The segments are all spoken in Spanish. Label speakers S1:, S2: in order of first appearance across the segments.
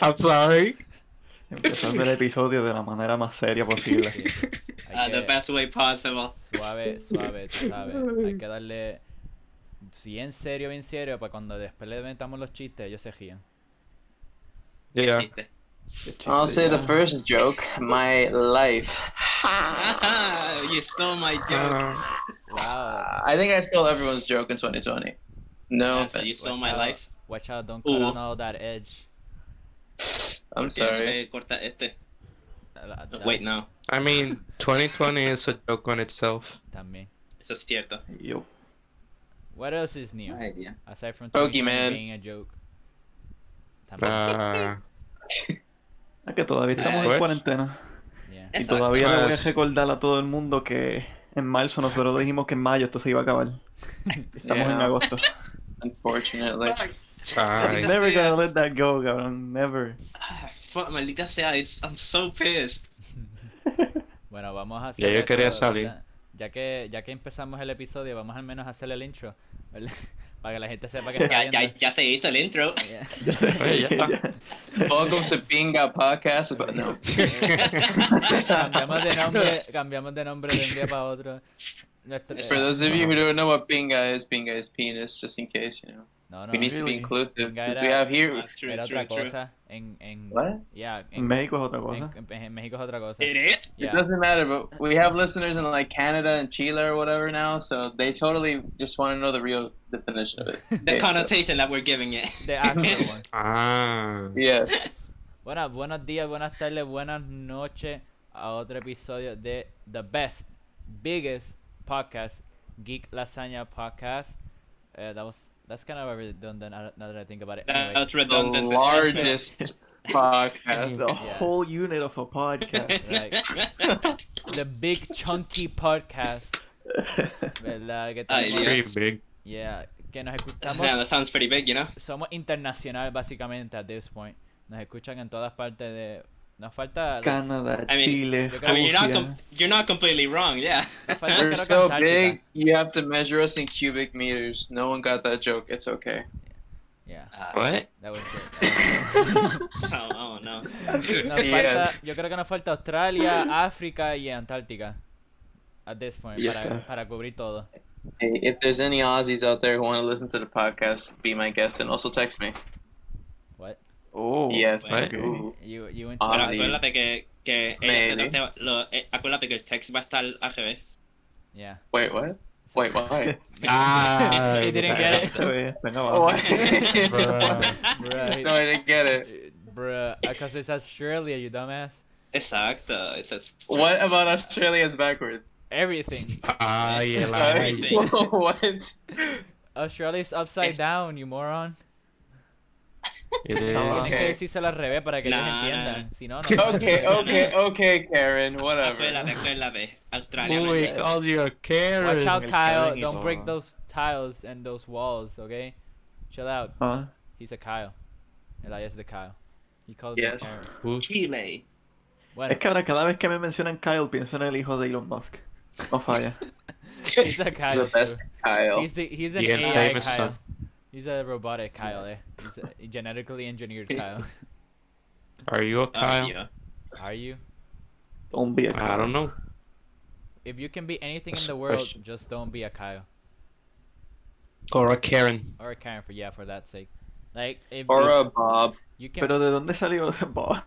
S1: I'm sorry.
S2: Empezando el episodio de la manera más seria posible.
S3: Sí. Hay
S4: Uh, the
S3: que-
S4: best way possible.
S3: Suave, suave, tú sabes. Hay que darle. Si en serio, bien serio, para cuando después le metamos los chistes, ellos se ríen.
S1: Yeah.
S4: Chiste.
S5: I'll say Ah, the first joke, my life.
S4: Ah, you stole my joke.
S1: Uh,
S3: Wow.
S5: I think I stole everyone's joke in 2020. No,
S4: Yeah, so you
S5: offense.
S4: stole
S3: Watch
S4: my
S3: out.
S4: life. Uh.
S3: Watch out, don't cut on
S4: Ooh.
S3: all that edge.
S5: I'm
S4: Yeah,
S5: sorry.
S4: eh, corta este.
S3: La- la-
S4: Wait, no.
S1: I mean, 2020 is a joke on itself.
S3: También.
S4: Eso es cierto.
S2: Yo.
S3: What else is new?
S4: Ay, Dios.
S3: Aside from
S5: Pokemon.
S3: 2020 being a joke.
S1: Uh,
S3: También.
S2: Es que todavía estamos
S1: Pues.
S2: en cuarentena.
S3: yeah.
S2: Y
S4: Exacto.
S2: todavía le voy a
S1: Pues.
S2: recordar a todo el mundo que en marzo nosotros dijimos que en mayo esto se iba a acabar. Estamos en
S5: Yeah.
S2: agosto.
S5: Unfortunately.
S4: Fuck.
S1: Ay.
S4: Maldita
S2: Never
S4: sea.
S2: gonna let that go, cabrón. Never.
S4: Ah, fuck, maldita sea. it's- I'm so pissed.
S3: Bueno, vamos a hacer.
S1: yo quería
S3: esto,
S1: salir.
S3: ¿verdad? Ya que, ya que empezamos el episodio, vamos al menos a hacer el intro. ¿verdad? Para que la gente sepa que está
S4: Ya, ya,
S3: viendo.
S4: ya se hizo el intro.
S3: Yeah.
S1: Oye, ya está.
S5: Welcome to Binga Podcast, but no.
S3: cambiamos de nombre, cambiamos de nombre de un día para otro. Nuestro- eh,
S5: For those of you who don't know what Binga is, Binga is penis, just in case, you know.
S3: no, no,
S5: We need to
S2: really?
S5: be inclusive.
S3: Binga
S5: Because
S3: era-
S5: we have
S4: Ah,
S5: here.
S4: true,
S3: era
S4: true,
S3: otra
S4: true.
S3: cosa. En, en,
S5: What?
S3: yeah,
S2: En
S3: en,
S2: México es otra
S3: en,
S2: cosa.
S3: en- en México es otra cosa.
S4: It is?
S3: Yeah.
S5: It doesn't matter, but we have listeners in like Canada and Chile or whatever now, so they totally just want to know the real definition of it.
S4: The
S5: Okay, so-
S4: connotation that we're giving it.
S3: The actual one.
S1: Ah.
S5: Yeah.
S3: Bueno, buenos días, buenas tardes, buenas noches a otro episodio de The Best, Biggest Podcast, Geek Lasagna Podcast. Eh, that was, that's kind of redundant now that I think about it.
S4: That
S3: Anyway,
S4: was
S5: the
S4: redundant.
S5: largest podcast.
S2: The whole unit of a podcast.
S3: like, the Big Chunky Podcast, ¿verdad? Que
S4: Ay,
S3: tenemos-
S4: Dios.
S1: Pretty big.
S3: Yeah, que nos escuchamos.
S4: Yeah, that sounds pretty big, you know?
S3: somos internacional básicamente at this point. Nos escuchan en todas partes de. Nos falta.
S2: Canadá,
S4: I mean,
S2: Chile,
S3: yo creo-
S4: I mean, you're not, com-
S2: Rusia.
S4: you're not completely wrong, yeah.
S3: nos falta creo
S5: We're
S3: que
S5: so
S3: Antártica.
S5: big, you have to measure us in cubic meters. No one got that joke. It's okay.
S3: Yeah,
S4: Ah,
S1: What?
S3: that was good.
S4: Oh, oh, no.
S3: Nos
S5: Yeah.
S3: falta, yo creo que nos falta Australia, África y Antártica. At this point,
S2: Yeah.
S3: para, para cubrir todo.
S5: Hey, if there's any Aussies out there who want to listen to the podcast, be my guest and also text me.
S3: What?
S2: Oh,
S5: yes.
S1: right.
S5: Ooh.
S3: You, you into
S4: Pero
S5: Ah,
S3: that?
S5: sí.
S4: acuérdate que, que ellos te
S5: Maybe.
S4: trate- lo- eh, acuérdate que el text va a estar al revés.
S3: Yeah.
S5: Wait, what?
S3: So-
S5: Wait, why?
S1: Ah.
S3: He didn't get it.
S2: Otra vez, venga,
S5: Oh,
S2: vamos.
S5: why?
S3: Bruh,
S5: no, I didn't get it.
S3: he- bruh, because it's Australia, you dumbass.
S4: Exacto. It's a
S5: What about Australia's backwards?
S3: Everything.
S1: Ay, el
S5: Sorry.
S1: ay.
S4: Everything.
S5: what?
S3: Australia's
S5: Eh.
S3: upside down, you moron.
S1: It is.
S3: Tienes
S5: Okay.
S3: que decírselo al revés para que ellos
S4: Nah.
S3: entiendan. Si no, no.
S5: Okay, okay, okay, Karen.
S4: Acuérdate,
S5: Whatever.
S4: acuérdate. Australia.
S1: Oh, we
S4: man.
S1: called you a Karen.
S3: Watch out,
S2: El
S3: Kyle.
S2: Karen is
S3: Don't break
S2: on.
S3: those tiles and those walls, okay? Chill out.
S2: Ah,
S3: He's a Kyle. Elias the Kyle. He called
S5: Yes.
S3: me Karen.
S1: Who-
S4: Chile.
S3: Bueno,
S2: Es que ahora cada vez que me mencionan Kyle pienso en el hijo de Elon Musk. No falla.
S3: he's a
S5: The
S3: Kyle too.
S5: best Kyle.
S3: He's the he's an
S1: The
S3: AI
S1: infamous
S3: Kyle.
S1: son.
S3: He's a robotic Kyle. Eh? He's a genetically engineered Kyle.
S1: Are you a
S4: Oh,
S1: Kyle?
S4: yeah.
S3: Are you?
S2: Don't be a
S1: I don't know.
S3: If you can be anything
S1: That's
S3: in the
S1: a
S3: world,
S1: question.
S3: just don't be a Kyle
S1: Or a Karen.
S3: or a Karen for yeah, for that sake. Like if
S5: Or a Bob.
S3: you can.
S2: Pero ¿de dónde salió Bob?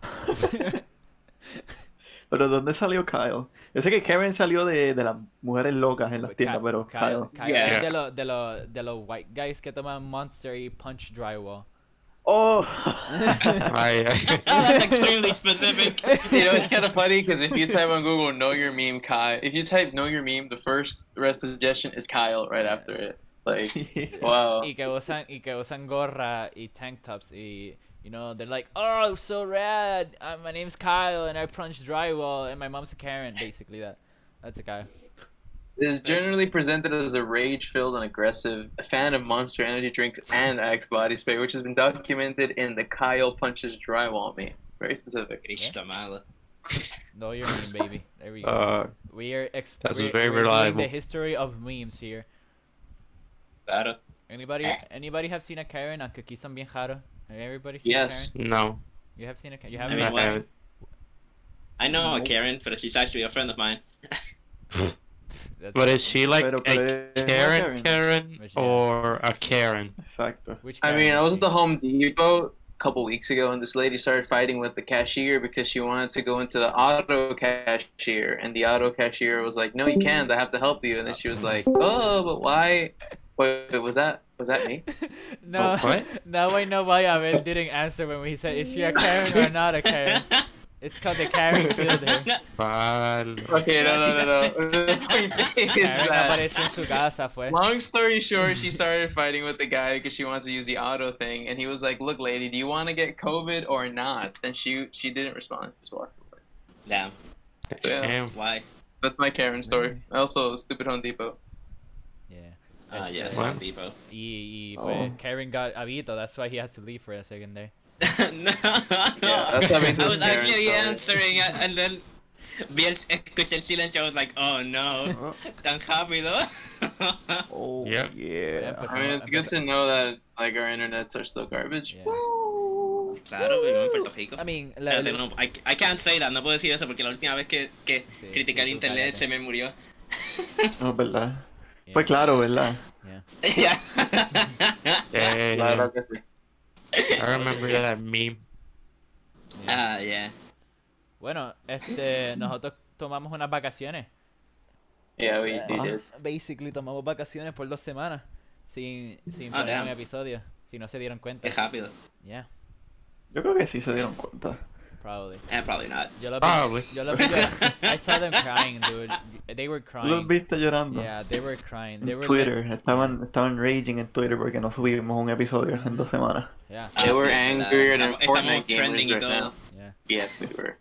S2: Pero ¿de dónde salió Kyle? Yo sé que Karen salió de, de las mujeres locas en las
S3: But
S2: tiendas,
S3: Ky-
S2: pero
S3: Pues Kyle,
S2: Kyle.
S3: Kyle
S5: Yeah.
S3: es de los de los de los white guys que toman Monster y punch drywall.
S2: Oh,
S1: Ay, ay.
S4: Oh, that's extremely specific.
S5: you know, it's kind of funny because if you type on Google "know your meme Kyle," if you type "know your meme," the first rest suggestion is Kyle right after it. Like, wow.
S3: y que usan y que usan gorra y tank tops y you know they're like oh so rad uh, my name's Kyle and I punch drywall and my mom's a Karen basically that that's a guy
S5: is generally presented as a rage-filled and aggressive a fan of Monster Energy drinks and Axe body spray, which has been documented in the Kyle punches drywall meme. Very specific.
S4: Cristo amado.
S3: Know your meme, baby. There we go.
S1: Uh,
S3: we are ex-
S1: that's
S3: we're,
S1: very
S3: we're doing
S1: reliable.
S3: the history of memes here.
S4: Claro.
S3: Anybody anybody have seen a Karen? Aunque aquí son bien jaro. Have everybody seen
S5: Yes.
S3: a Karen?
S1: no.
S3: You have seen a Karen? You
S1: I
S3: haven't?
S4: mean, what?
S1: haven't.
S4: I know a Karen, but she's actually a friend of mine.
S3: That's-
S1: But is she like
S2: Pero-
S1: a
S2: pero-
S1: Karen,
S2: Karen.
S1: Karen,
S3: But she is.
S1: or a Karen?
S2: Exacto.
S3: Which
S5: I
S3: Karen
S5: mean, I
S3: is
S5: was
S3: she?
S5: at the Home Depot a couple weeks ago, and this lady started fighting with the cashier because she wanted to go into the auto cashier, and the auto cashier was like, "No, you can't. I have to help you." And then she was like, "Oh, but why? Wait, wait, was that was that me?"
S3: No,
S1: Oh, what?
S3: now I know why Abel didn't answer when we said, is she a Karen or not a Karen? It's called the Karen Builder.
S1: Vale.
S5: Okay, no, no, no, no. the point is
S3: Karen
S5: that.
S3: apareció en su casa, fue.
S5: Long story short, she started fighting with the guy because she wants to use the auto thing, and he was like, "Look, lady, do you want to get COVID or not?" And she she didn't respond. Just walked away.
S4: Damn.
S1: Damn.
S4: Why?
S5: That's my Karen story. Also, stupid Home Depot.
S3: Yeah.
S4: Ah, yes,
S1: What?
S4: Home Depot.
S3: Y, y
S2: Oh.
S3: pues Karen got Abito, that's why he had to leave for a second there.
S4: no.
S5: that's what I
S4: I was
S5: mean, Karen's
S4: actually
S5: story.
S4: answering, uh, and then vi el, escuché el silencio. I was like, oh no,
S2: Oh,
S4: tan rápido.
S2: oh,
S1: Yep.
S2: yeah.
S3: Empezamos-
S5: I mean, it's good
S3: empezamos-
S5: to know that like our internets are still garbage.
S3: Yeah.
S4: claro, vivo en Puerto Rico.
S3: I mean, la-
S4: Espérate, no, I, I can't say that, no puedo decir eso porque la última vez que, que
S3: Sí,
S4: critiqué
S3: sí,
S4: el
S3: tú
S4: internet
S3: cállate.
S4: se me murió.
S2: No, es verdad.
S3: yeah.
S2: Pues claro, ¿verdad?
S4: Yeah.
S1: Yeah,
S5: Yeah.
S1: I remember that meme.
S3: Yeah.
S4: Ah, yeah.
S3: Bueno, este, nosotros tomamos unas vacaciones.
S5: Yeah, we, we
S2: Uh-huh.
S5: did.
S3: Basically, tomamos vacaciones por dos semanas sin, sin
S4: Ah,
S3: poner un
S4: damn.
S3: episodio, si no se dieron cuenta.
S4: Qué rápido.
S3: Yeah,
S2: Yo creo que sí se dieron cuenta.
S3: probably.
S4: Eh, probably not.
S3: Yo lo
S1: Probably.
S3: Yo lo yo- I saw them crying, dude. They were
S2: ¿Tú los
S3: crying.
S2: viste llorando?
S3: Yeah, they were crying. They
S2: En
S3: were lit-
S2: Twitter, estaban, estaban raging en Twitter porque no subimos un episodio en dos semanas.
S3: Yeah,
S5: They were
S4: es verdad.
S5: angrier than
S4: Estamos- estamos
S5: Fortnite gamers
S4: trending y
S5: right
S4: todo.
S5: now.
S3: yeah.
S5: Yes, we were.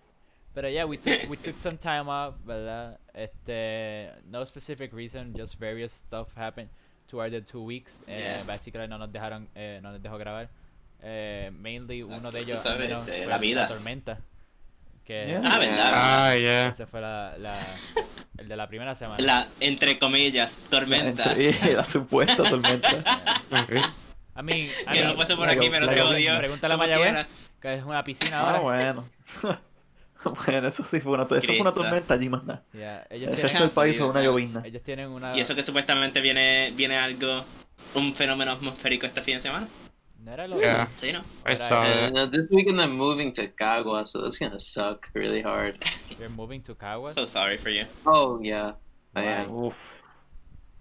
S3: But uh, yeah, we took we took some time off, ¿verdad? Este, no specific reason, just various stuff happened toward the two weeks. Eh,
S4: Yeah.
S3: Basically, no nos dejaron, eh, no nos dejó grabar. Eh, mainly uno de
S4: Tú
S3: ellos, al
S4: sabes,
S3: menos,
S4: de
S3: fue
S4: la
S3: la
S4: vida.
S3: tormenta. Que
S2: Yeah.
S4: Ah, verdad.
S1: Ah, yeah.
S3: ese fue la, la, el de la primera semana.
S4: La, entre comillas, tormenta.
S2: Entre- la supuesta tormenta.
S3: Yeah.
S1: Okay.
S3: I mean, I
S4: Que no
S3: mean,
S4: pasó por
S2: la-
S4: aquí, pero
S2: la-
S4: te
S2: la-
S4: odio.
S3: pregúntale a
S4: como
S3: Mayagüez.
S4: quiera.
S3: que es una piscina
S2: Ah,
S3: ahora.
S2: bueno. bueno, eso sí fue una, eso fue una
S4: Cristo.
S2: tormenta allí más nada.
S3: Yeah, ellos,
S2: El
S3: tienen,
S2: resto del país fue una llovizna.
S3: ellos tienen una...
S4: Y eso que supuestamente viene, viene algo, un fenómeno atmosférico este fin de semana.
S3: ¿No era lo
S1: Yeah,
S4: Sí, ¿no?
S1: I
S3: But I-
S1: saw that.
S5: And uh, this weekend I'm moving to Cagua, so that's gonna suck really hard.
S3: They're moving to Caguas?
S4: So sorry for you.
S5: Oh yeah, I
S3: Why?
S5: am
S2: Uf.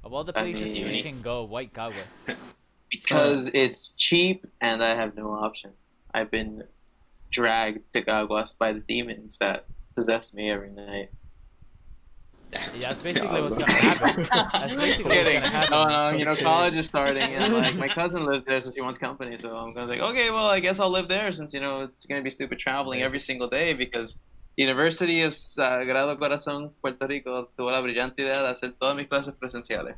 S3: Of all the
S4: Ah,
S5: I
S3: places you
S4: mean-
S3: can go, White Caguas.
S5: because it's cheap and I have no option. I've been dragged to Caguas by the demons that possess me every night.
S3: Yeah, that's basically what's gonna happen. That's basically what's
S5: Kidding.
S3: gonna happen.
S5: No, no, you know, college is starting, and like my cousin lives there, so she wants company. So I'm gonna like, okay, well, I guess I'll live there since you know it's gonna be stupid traveling every single day because University of Sagrado Corazón, Puerto Rico, tuvo la brillante idea de hacer todas mis clases presenciales.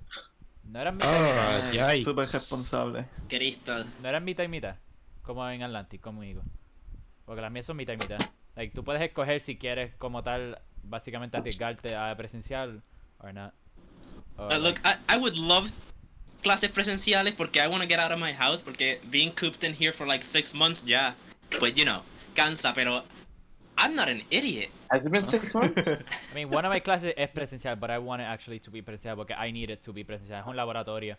S3: No eran mitad,
S1: Oh, yikes.
S2: Súper responsable.
S4: Cristo.
S5: Oh.
S3: no eran mitad y mitad, como en Atlantic, conmigo. Porque las mías son mitad y mitad. Like, tú puedes escoger si quieres como tal, básicamente arriesgarte a presencial o no.
S4: Uh, look, I, I would love clases presenciales porque I want to get out of my house porque being cooped in here for like six months, yeah. But you know, cansa, pero I'm not an idiot.
S5: Has it been six months?
S3: I mean, one of my classes es presencial, but I want it actually to be presencial porque I need it to be presencial. Es un laboratorio.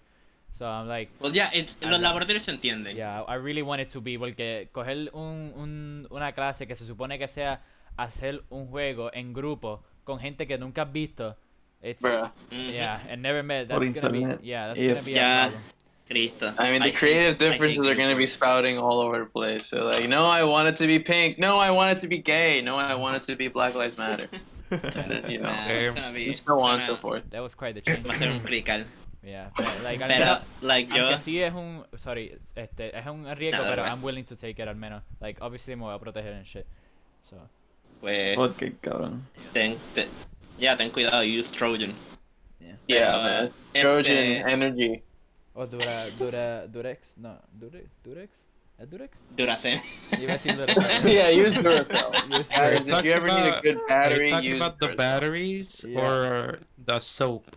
S3: So I'm like,
S4: Well, yeah, it's,
S3: I
S4: los
S3: know.
S4: laboratorios se entienden.
S3: Yeah, I really want it to be porque coger un, un- una clase que se supone que sea hacer un juego en grupo con gente que nunca has visto. It's
S5: Bruh.
S4: Mhm.
S3: yeah, and never met.
S2: Por
S3: That's gonna be
S2: internet.
S3: yeah, that's
S2: Yeah.
S3: gonna be
S4: Yeah.
S3: a problem.
S4: Cristo.
S5: I mean, the
S4: hate-
S5: creative
S4: I hate
S5: differences are
S4: group
S5: going to be
S4: work.
S5: spouting all over the place. So, like, no, I want it to be pink. No, I want it to be gay. No, I want it to be Black Lives Matter. And then, you know,
S4: Nah,
S3: Eh,
S4: it's gonna be-
S5: and so on and so
S4: gonna-
S5: forth.
S3: That was quite the
S4: Va a
S3: change.
S4: ser un crical.
S3: Yeah, but, like al
S4: Pero,
S3: menos-
S4: like
S3: Mm.
S4: yo,
S3: aunque sí es un sorry, este es un riesgo,
S4: Nada,
S3: pero
S4: nada.
S3: I'm willing to take it al menos. Like obviously me voy a proteger and shit. So
S4: pues,
S2: Porque, cabrón.
S4: ten, te- ya, ten cuidado, you use Trojan.
S5: Yeah,
S4: Uh,
S5: man.
S4: este-
S5: Trojan energy.
S3: O dura, dura, durex, no, dure, durex, ¿es durex?
S4: Duracell.
S3: Iba a decir Duracell.
S5: yeah, use Duracell.
S3: Yes,
S1: Are
S5: Guys,
S1: you
S3: sir.
S5: if
S1: talking
S5: you ever need a
S1: about-
S5: good
S1: Are
S5: battery,
S1: you talking
S5: use
S1: about the
S5: Duracell.
S1: batteries
S3: Yeah.
S1: or the soap?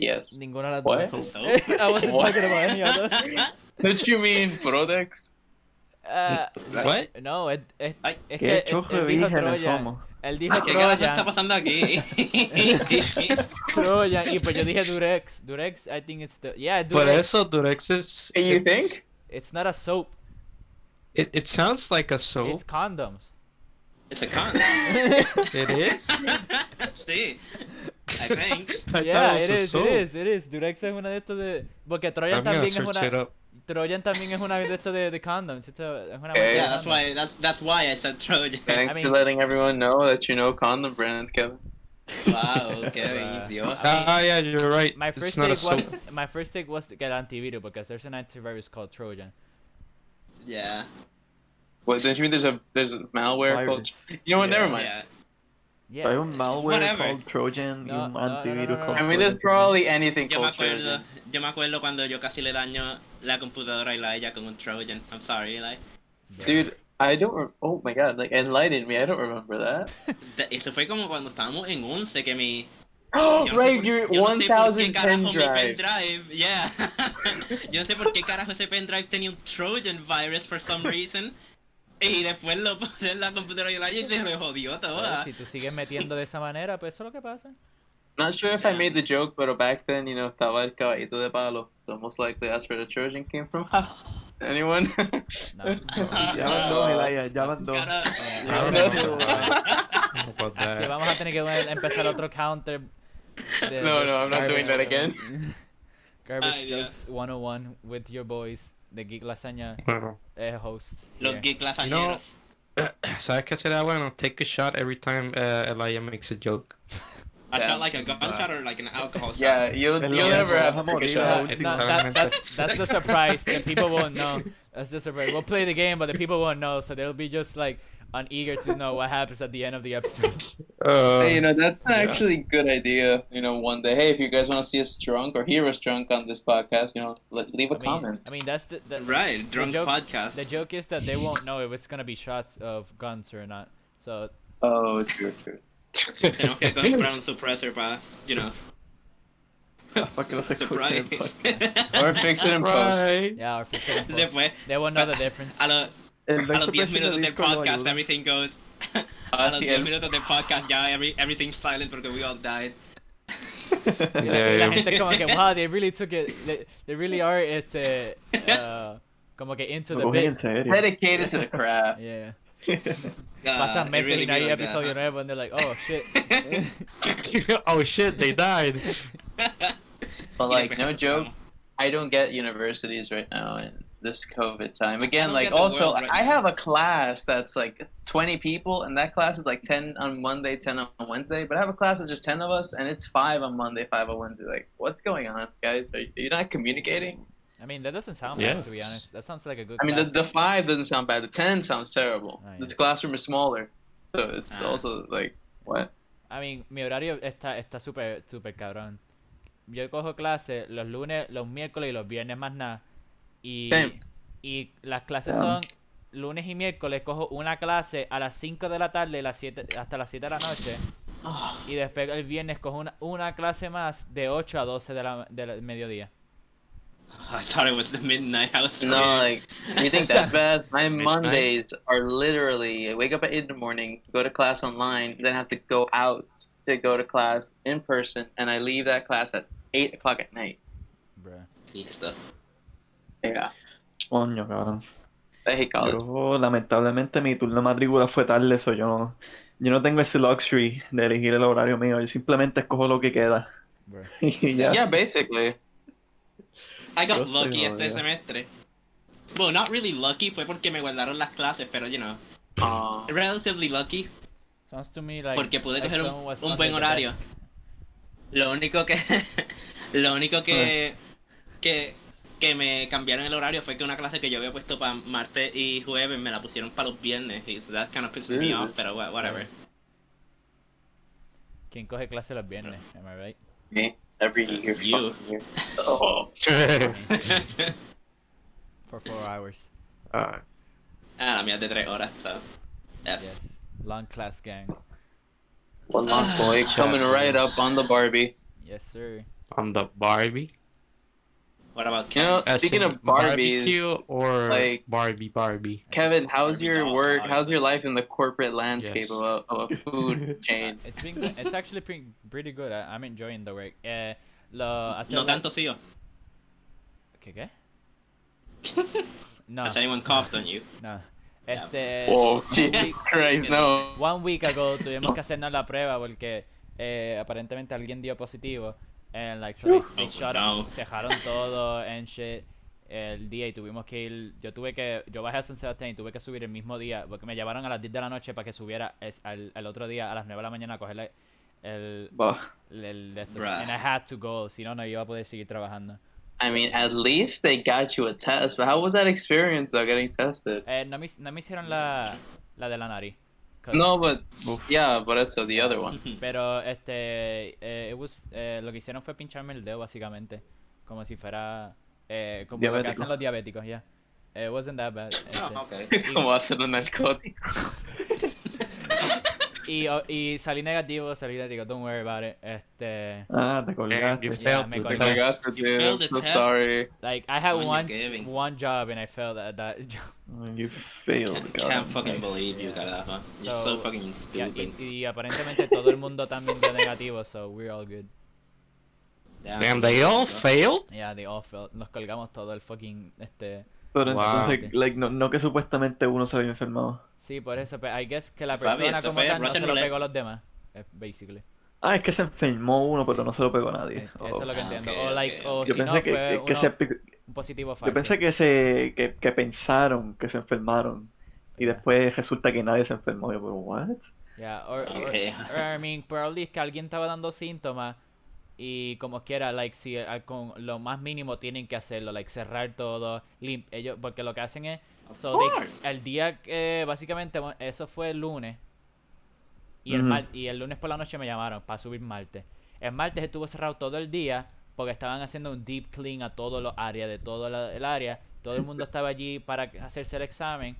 S5: Yes.
S3: Ninguna de las
S5: What?
S3: dos.
S4: So?
S3: I wasn't
S5: What?
S3: talking about any of those.
S5: Did you mean Prodex?
S3: Uh,
S1: What?
S3: no, es, es,
S4: Ay. Ah,
S3: es que
S2: Qué
S3: él,
S2: choque
S3: él dijo
S2: vírgenes
S3: Troya.
S2: somos.
S3: Él dijo
S4: ¿Qué carajo está
S3: Troya,
S4: pasando aquí?
S3: Troya, y pues yo dije Durex. Durex, I think it's the, yeah, Durex.
S1: But also Durex is.
S5: You
S1: it's-
S5: think?
S3: It's not a soap,
S1: It, it sounds like a soap.
S3: it's condoms.
S4: It's a con.
S1: It is?
S5: Eh.
S4: sí. I think.
S1: I
S3: Yeah,
S1: thought it was
S3: it
S1: a
S3: is,
S1: soap.
S3: it is, it is. Durex es una de estos de, porque Troya
S1: I'm gonna
S3: también es
S1: search it
S3: una,
S1: up.
S3: Troyan también es una de estos de, de condoms. It's a- es una
S5: Okay.
S4: Yeah, Eh, that's why that's that's why I said Trojan.
S5: Thanks
S3: I
S5: for
S3: mean-
S5: letting everyone know that you know condom brands, Kevin.
S4: Wow, okay, idiot.
S1: Ah, yeah, you're right.
S3: My
S1: it's
S3: first
S1: not
S3: take
S1: a
S3: was
S1: soap.
S3: my first take was que el antivirus because there's an antivirus called Trojan.
S4: Yeah.
S5: What, don't you mean there's a there's a malware called?
S2: Virus.
S5: You know what? Oh, Never
S2: Yeah.
S5: mind.
S4: Yeah.
S2: Hay
S3: Yeah.
S2: un malware
S4: Whatever.
S2: called Trojan y
S3: No,
S2: un
S3: no, no, no,
S2: antivirus
S3: no, no.
S2: called
S5: I mean, there's
S2: Trojan.
S5: probably anything
S4: Yo me
S5: called
S4: acuerdo,
S5: Trojan.
S4: yo me acuerdo cuando yo casi le daño la computadora a Elijah con un Trojan. I'm sorry, Eli.
S5: Dude, I don't. Re- oh my god! Like enlighten me. I don't remember that.
S4: De- Eso fue como cuando estábamos en 11 que mi
S5: Oh,
S4: Yo no sé
S5: right,
S4: por-
S5: your
S4: yo no sé por qué
S5: 1010
S4: carajo mi
S5: drive.
S4: pendrive. Yeah. yo no sé por qué carajo ese pendrive tenía un Trojan virus for some reason. Y después lo puse en la computadora de la y se me jodió todo.
S3: Pero
S4: ah.
S3: Si tú sigues metiendo de esa manera, pues eso es lo que pasa.
S5: Not sure if I made the joke, but back then, you know, estaba el caballito de palo. So most likely that's where the Trojan came from. Anyone?
S3: No.
S5: Uh,
S2: Ya van dos, Elaya, ya van dos.
S4: Cara-
S5: Ah,
S1: I don't
S5: Yeah.
S1: know about- I don't know about
S5: Ah.
S3: Aquí
S1: that.
S3: vamos a tener que poner- empezar otro counter. de-
S5: No,
S3: de
S5: no, I'm not
S3: garbage
S5: doing that
S3: joke.
S5: again.
S3: Garbage
S4: Ay, Dios.
S3: Jokes 101 with your boys, the Geek Lasagna
S1: Bueno,
S3: eh, hosts.
S4: Los
S3: here.
S4: geek lasañeros.
S1: ¿sabes qué será bueno? Take a shot every time uh, Elijah makes a joke.
S4: I
S5: Yeah.
S4: shot like a gunshot or like an alcohol shot.
S5: yeah, you'll
S2: Es
S5: you'll
S2: lo
S1: que
S5: never
S1: nos
S5: have
S2: vamos a
S5: to
S2: morir
S5: take a
S3: No,
S2: ahora.
S5: shot.
S1: Yeah,
S3: no, that, that's that's the surprise that people won't know. That's the surprise. We'll play the game, but the people won't know, so they'll be just like uneager to know what happens at the end of the episode.
S1: Uh,
S5: Hey, you know that's
S1: Yeah.
S5: actually a good idea. You know, one day, hey, if you guys want to see us drunk or hear us drunk on this podcast, you know, let, leave a
S3: I mean,
S5: comment.
S3: I mean that's the, the
S4: Right, drunk
S3: joke-
S4: podcast.
S3: the joke is that they won't know if it's gonna be shots of guns or not. So
S5: Oh, true, true.
S4: Tenemos que comprar un suppressor para, you know,
S2: Para que no se escuche.
S4: surprise.
S2: el podcast.
S5: Or fix it in post.
S1: Right.
S3: yeah, or if it's in post,
S4: Después,
S3: they won't know the difference.
S4: a los,
S2: El
S4: a los
S2: Nexo
S4: 10 minutos del
S2: Presidente lo
S4: podcast,
S2: ayuda.
S4: everything goes. A los
S5: Así
S4: 10
S5: Ah, el-
S4: minutos del podcast, ya every, everything's silent porque we all died.
S3: Y la, y la gente como que wow, they really took it. They, they really are it's uh, uh, como que into
S2: Lo
S3: the
S2: cogen
S3: bit.
S2: en serio.
S5: dedicated to the craft.
S3: Yeah.
S4: Ah,
S3: Pasan
S4: it
S3: meses y
S4: really
S3: no hay
S4: feels that,
S3: episodio
S4: huh?
S3: nuevo and they're like, oh shit.
S1: oh shit, they died.
S5: But
S4: Y
S5: like,
S4: después
S5: no
S4: eso
S5: joke,
S4: estamos.
S5: I don't get universities right now in this COVID time. Again,
S4: don't
S5: like
S4: get the
S5: also,
S4: world right
S5: I
S4: now.
S5: have a class that's like 20 people, and that class is like 10 on Monday, 10 on Wednesday. But I have a class that's just 10 of us, and it's five on Monday, five on Wednesday. Like, what's going on, guys? Are you you're not communicating?
S3: I mean, that doesn't sound
S1: Yeah.
S3: bad to be honest. That sounds like a good.
S5: I mean, the,
S3: class.
S5: the five doesn't sound bad. The 10 sounds terrible.
S3: Oh, yeah.
S5: The classroom is smaller, so it's
S4: Ah.
S5: also like what?
S3: I mean, mi horario está está súper súper cabrón. Yo cojo clases los lunes, los miércoles y los viernes más nada. Y,
S5: Same.
S3: y las clases
S2: Damn.
S3: son lunes y miércoles cojo una clase a las 5 de la tarde y las siete- hasta las 7 de la noche. Y después el viernes cojo una, una clase más de 8 a 12 de la, del mediodía.
S4: I thought it was the midnight house.
S5: No, like you think that's bad? My Mondays are literally I wake up at eight in the morning, go to class online, then have to go out to go to class in person, and I leave that class at eight o'clock at night.
S3: Bruh.
S4: Listo.
S5: Yeah,
S2: Coño, cabrón.
S5: I hate college.
S2: Yo, lamentablemente, mi turno de matrícula fue tarde, eso yo no. Yo no tengo ese luxury de elegir el horario mío, yo simplemente escojo lo que queda.
S3: Bruh.
S2: Y ya.
S5: Yeah, basically.
S4: I got
S2: Yo estoy
S4: lucky este
S2: jodido.
S4: semestre. Well, not really lucky, fue porque me guardaron las clases, pero, you know,
S5: Aw.
S4: relatively lucky.
S3: Sounds to me like
S4: Porque pude
S3: like
S4: coger un-
S3: someone was
S4: un
S3: under
S4: buen
S3: the
S4: horario.
S3: desk.
S4: Lo único que... lo único que... que... que me cambiaron el horario fue que una clase que yo había puesto para martes y jueves me la pusieron para los viernes. Y so that kind of pisses me
S5: Ew.
S4: off, pero wha- whatever.
S3: ¿Quién coge clase los viernes? Am I right?
S5: Me. every year.
S4: You.
S5: fucking year. Oh.
S3: for four hours.
S1: Uh,
S2: Ah,
S4: ah, la mía es de tres horas, so. F.
S3: Yes, long class gang.
S5: One lost boy coming right up on the Barbie.
S3: Yes, sir.
S1: On the Barbie.
S4: What about
S5: You
S4: Ken?
S5: know,
S1: As
S5: speaking
S1: in
S5: of Barbies,
S1: barbecue or
S5: like-
S1: Barbie Barbie.
S5: Kevin, how's
S4: Barbie
S5: your
S4: doll,
S5: work?
S4: obviously.
S5: How's your life in the corporate landscape
S1: Yes.
S5: of, a, of a food chain?
S3: It's been good- it's actually pretty pretty good. I, I'm enjoying the work. Eh, lo hace
S4: No
S3: la-
S4: tanto sí yo.
S3: ¿Qué qué? No, Ah.
S4: Has anyone coughed on you?
S3: no.
S4: Yeah.
S3: Este
S5: Whoa, Jesus
S4: Yeah.
S5: Christ, no.
S3: one week ago tuvimos que hacernos la prueba porque eh, aparentemente alguien dio positivo and like so they, they
S4: Oh,
S3: shut
S4: no.
S3: up, cerraron todo and shit el día y tuvimos que ir yo tuve que yo bajé a San Sebastián y tuve que subir el mismo día porque me llevaron a las 10 de la noche para que subiera es, al, al otro día a las 9 de la mañana a coger la- el,
S2: bah.
S3: el, el de estos,
S4: Bruh.
S3: and I had to go si no no iba a poder seguir trabajando
S5: I mean, at least they got you a test, but how was that experience though, getting tested?
S3: Eh, no, me, no me hicieron la, la de la nariz 'cause-
S5: No, but
S2: Oof.
S5: yeah, but that's the other one.
S3: Pero este, eh, it was- eh, lo que hicieron fue pincharme el dedo básicamente, como si fuera eh, como lo que
S2: Diabético.
S3: hacen los diabéticos, ya. Yeah. It wasn't that bad. este.
S4: Oh, okay.
S5: Como hacen un narcótico.
S3: y, oh, y salí negativo, salí negativo. Don't worry about it. Este,
S2: ah, te
S1: Damn, you
S2: colgaste.
S1: failed the
S3: me
S5: Oh
S3: colgué.
S5: my
S1: test.
S5: god, dude, I'm
S4: failed the
S5: so
S4: test.
S5: sorry.
S3: like I had
S4: When you're
S3: one
S4: giving.
S3: one job and I failed at that job.
S2: Mm, You failed,
S4: Can't,
S2: God.
S4: can't fucking believe you, carajo. You're so,
S3: So,
S4: fucking
S3: Yeah,
S4: stupid.
S3: y, y aparentemente todo el mundo también dio negativo, so we're all good.
S1: Damn, they all failed.
S3: Yeah, they all failed. Nos colgamos todo el fucking este.
S2: Pero
S1: Wow.
S2: entonces, like, no, no que supuestamente uno se había enfermado.
S3: Sí, por eso. pe- I guess que la
S4: Papi,
S3: persona
S4: eso
S3: como
S4: fue
S3: tal no
S4: Russian
S3: se lo
S4: roulette.
S3: pegó a los demás, eh, basically.
S2: Ah, es que se enfermó uno,
S3: Sí.
S2: pero no se lo pegó a nadie. Oh.
S3: Este, Eso es lo que
S4: Ah,
S3: entiendo.
S4: ok,
S3: o
S4: ok,
S3: like, o
S4: ok.
S2: Yo
S3: si no,
S2: pensé que,
S3: fue
S2: que- que
S3: uno-
S2: se, yo
S3: un positivo
S2: pensé
S3: falso.
S2: que, se, que, que pensaron que se enfermaron y después resulta que nadie se enfermó. Yo, pero, ¿what?
S3: Yeah, or, or-
S4: Ok.
S3: or, I mean, probably es que alguien estaba dando síntomas y como quiera, like, si eh, con lo más mínimo tienen que hacerlo, like, cerrar todo, lim- ellos, porque lo que hacen es, so they-
S4: course.
S3: el día que, básicamente, mo- eso fue el lunes y el,
S2: Ujú.
S3: mar- y el lunes por la noche me llamaron para subir martes. El martes estuvo cerrado todo el día porque estaban haciendo un deep clean a todos los áreas, de todo la- el área. Todo el mundo estaba allí para hacerse el examen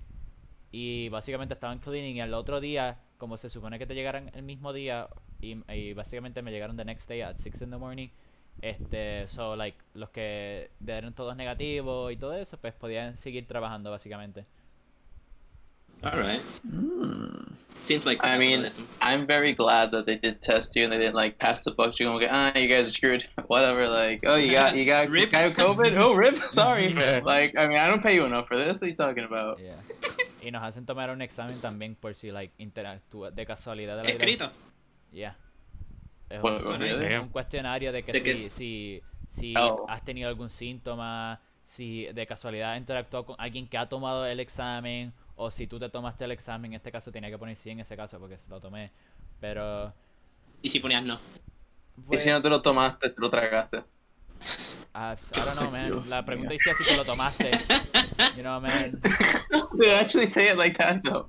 S3: y básicamente estaban cleaning y al otro día, como se supone que te llegaran el mismo día y, y básicamente me llegaron the next day at 6 in the morning, este, so like los que dieron todos negativos y todo eso, pues podían seguir trabajando básicamente.
S4: Alright.
S2: Mm.
S4: Seems like
S5: I mean-
S4: capitalism.
S5: I'm very glad that they did test you and they didn't like pass the buck. You're gonna go, ah, you guys are screwed. Whatever. Like, oh, you got you got
S4: Rip.
S5: you got COVID. Oh, rip. Sorry.
S1: Yeah.
S5: like, I mean, I don't pay you enough for this. What are you talking about?
S3: Yeah. Y nos hacen tomar un examen también por si like interactúas de casualidad de la vida.
S4: Escrito.
S3: Yeah. Es
S5: What-
S3: un-
S5: what
S4: Nice.
S5: really?
S1: Yeah.
S3: es un cuestionario de que
S4: De
S3: si,
S4: que-
S3: si, si
S5: Oh.
S3: has tenido algún síntoma, si de casualidad has interactuado con alguien que ha tomado el examen, o si tú te tomaste el examen, en este caso tenía que poner sí en ese caso porque se lo tomé. Pero... pues,
S4: Y si ponías no.
S5: Y
S3: fue-
S5: si no te lo tomaste, te lo tragaste.
S3: I, ah, I don't know, man.
S2: Dios
S3: la pregunta
S2: mío.
S3: decía si te lo tomaste. You know, man.
S5: Dude, actually say it like that though.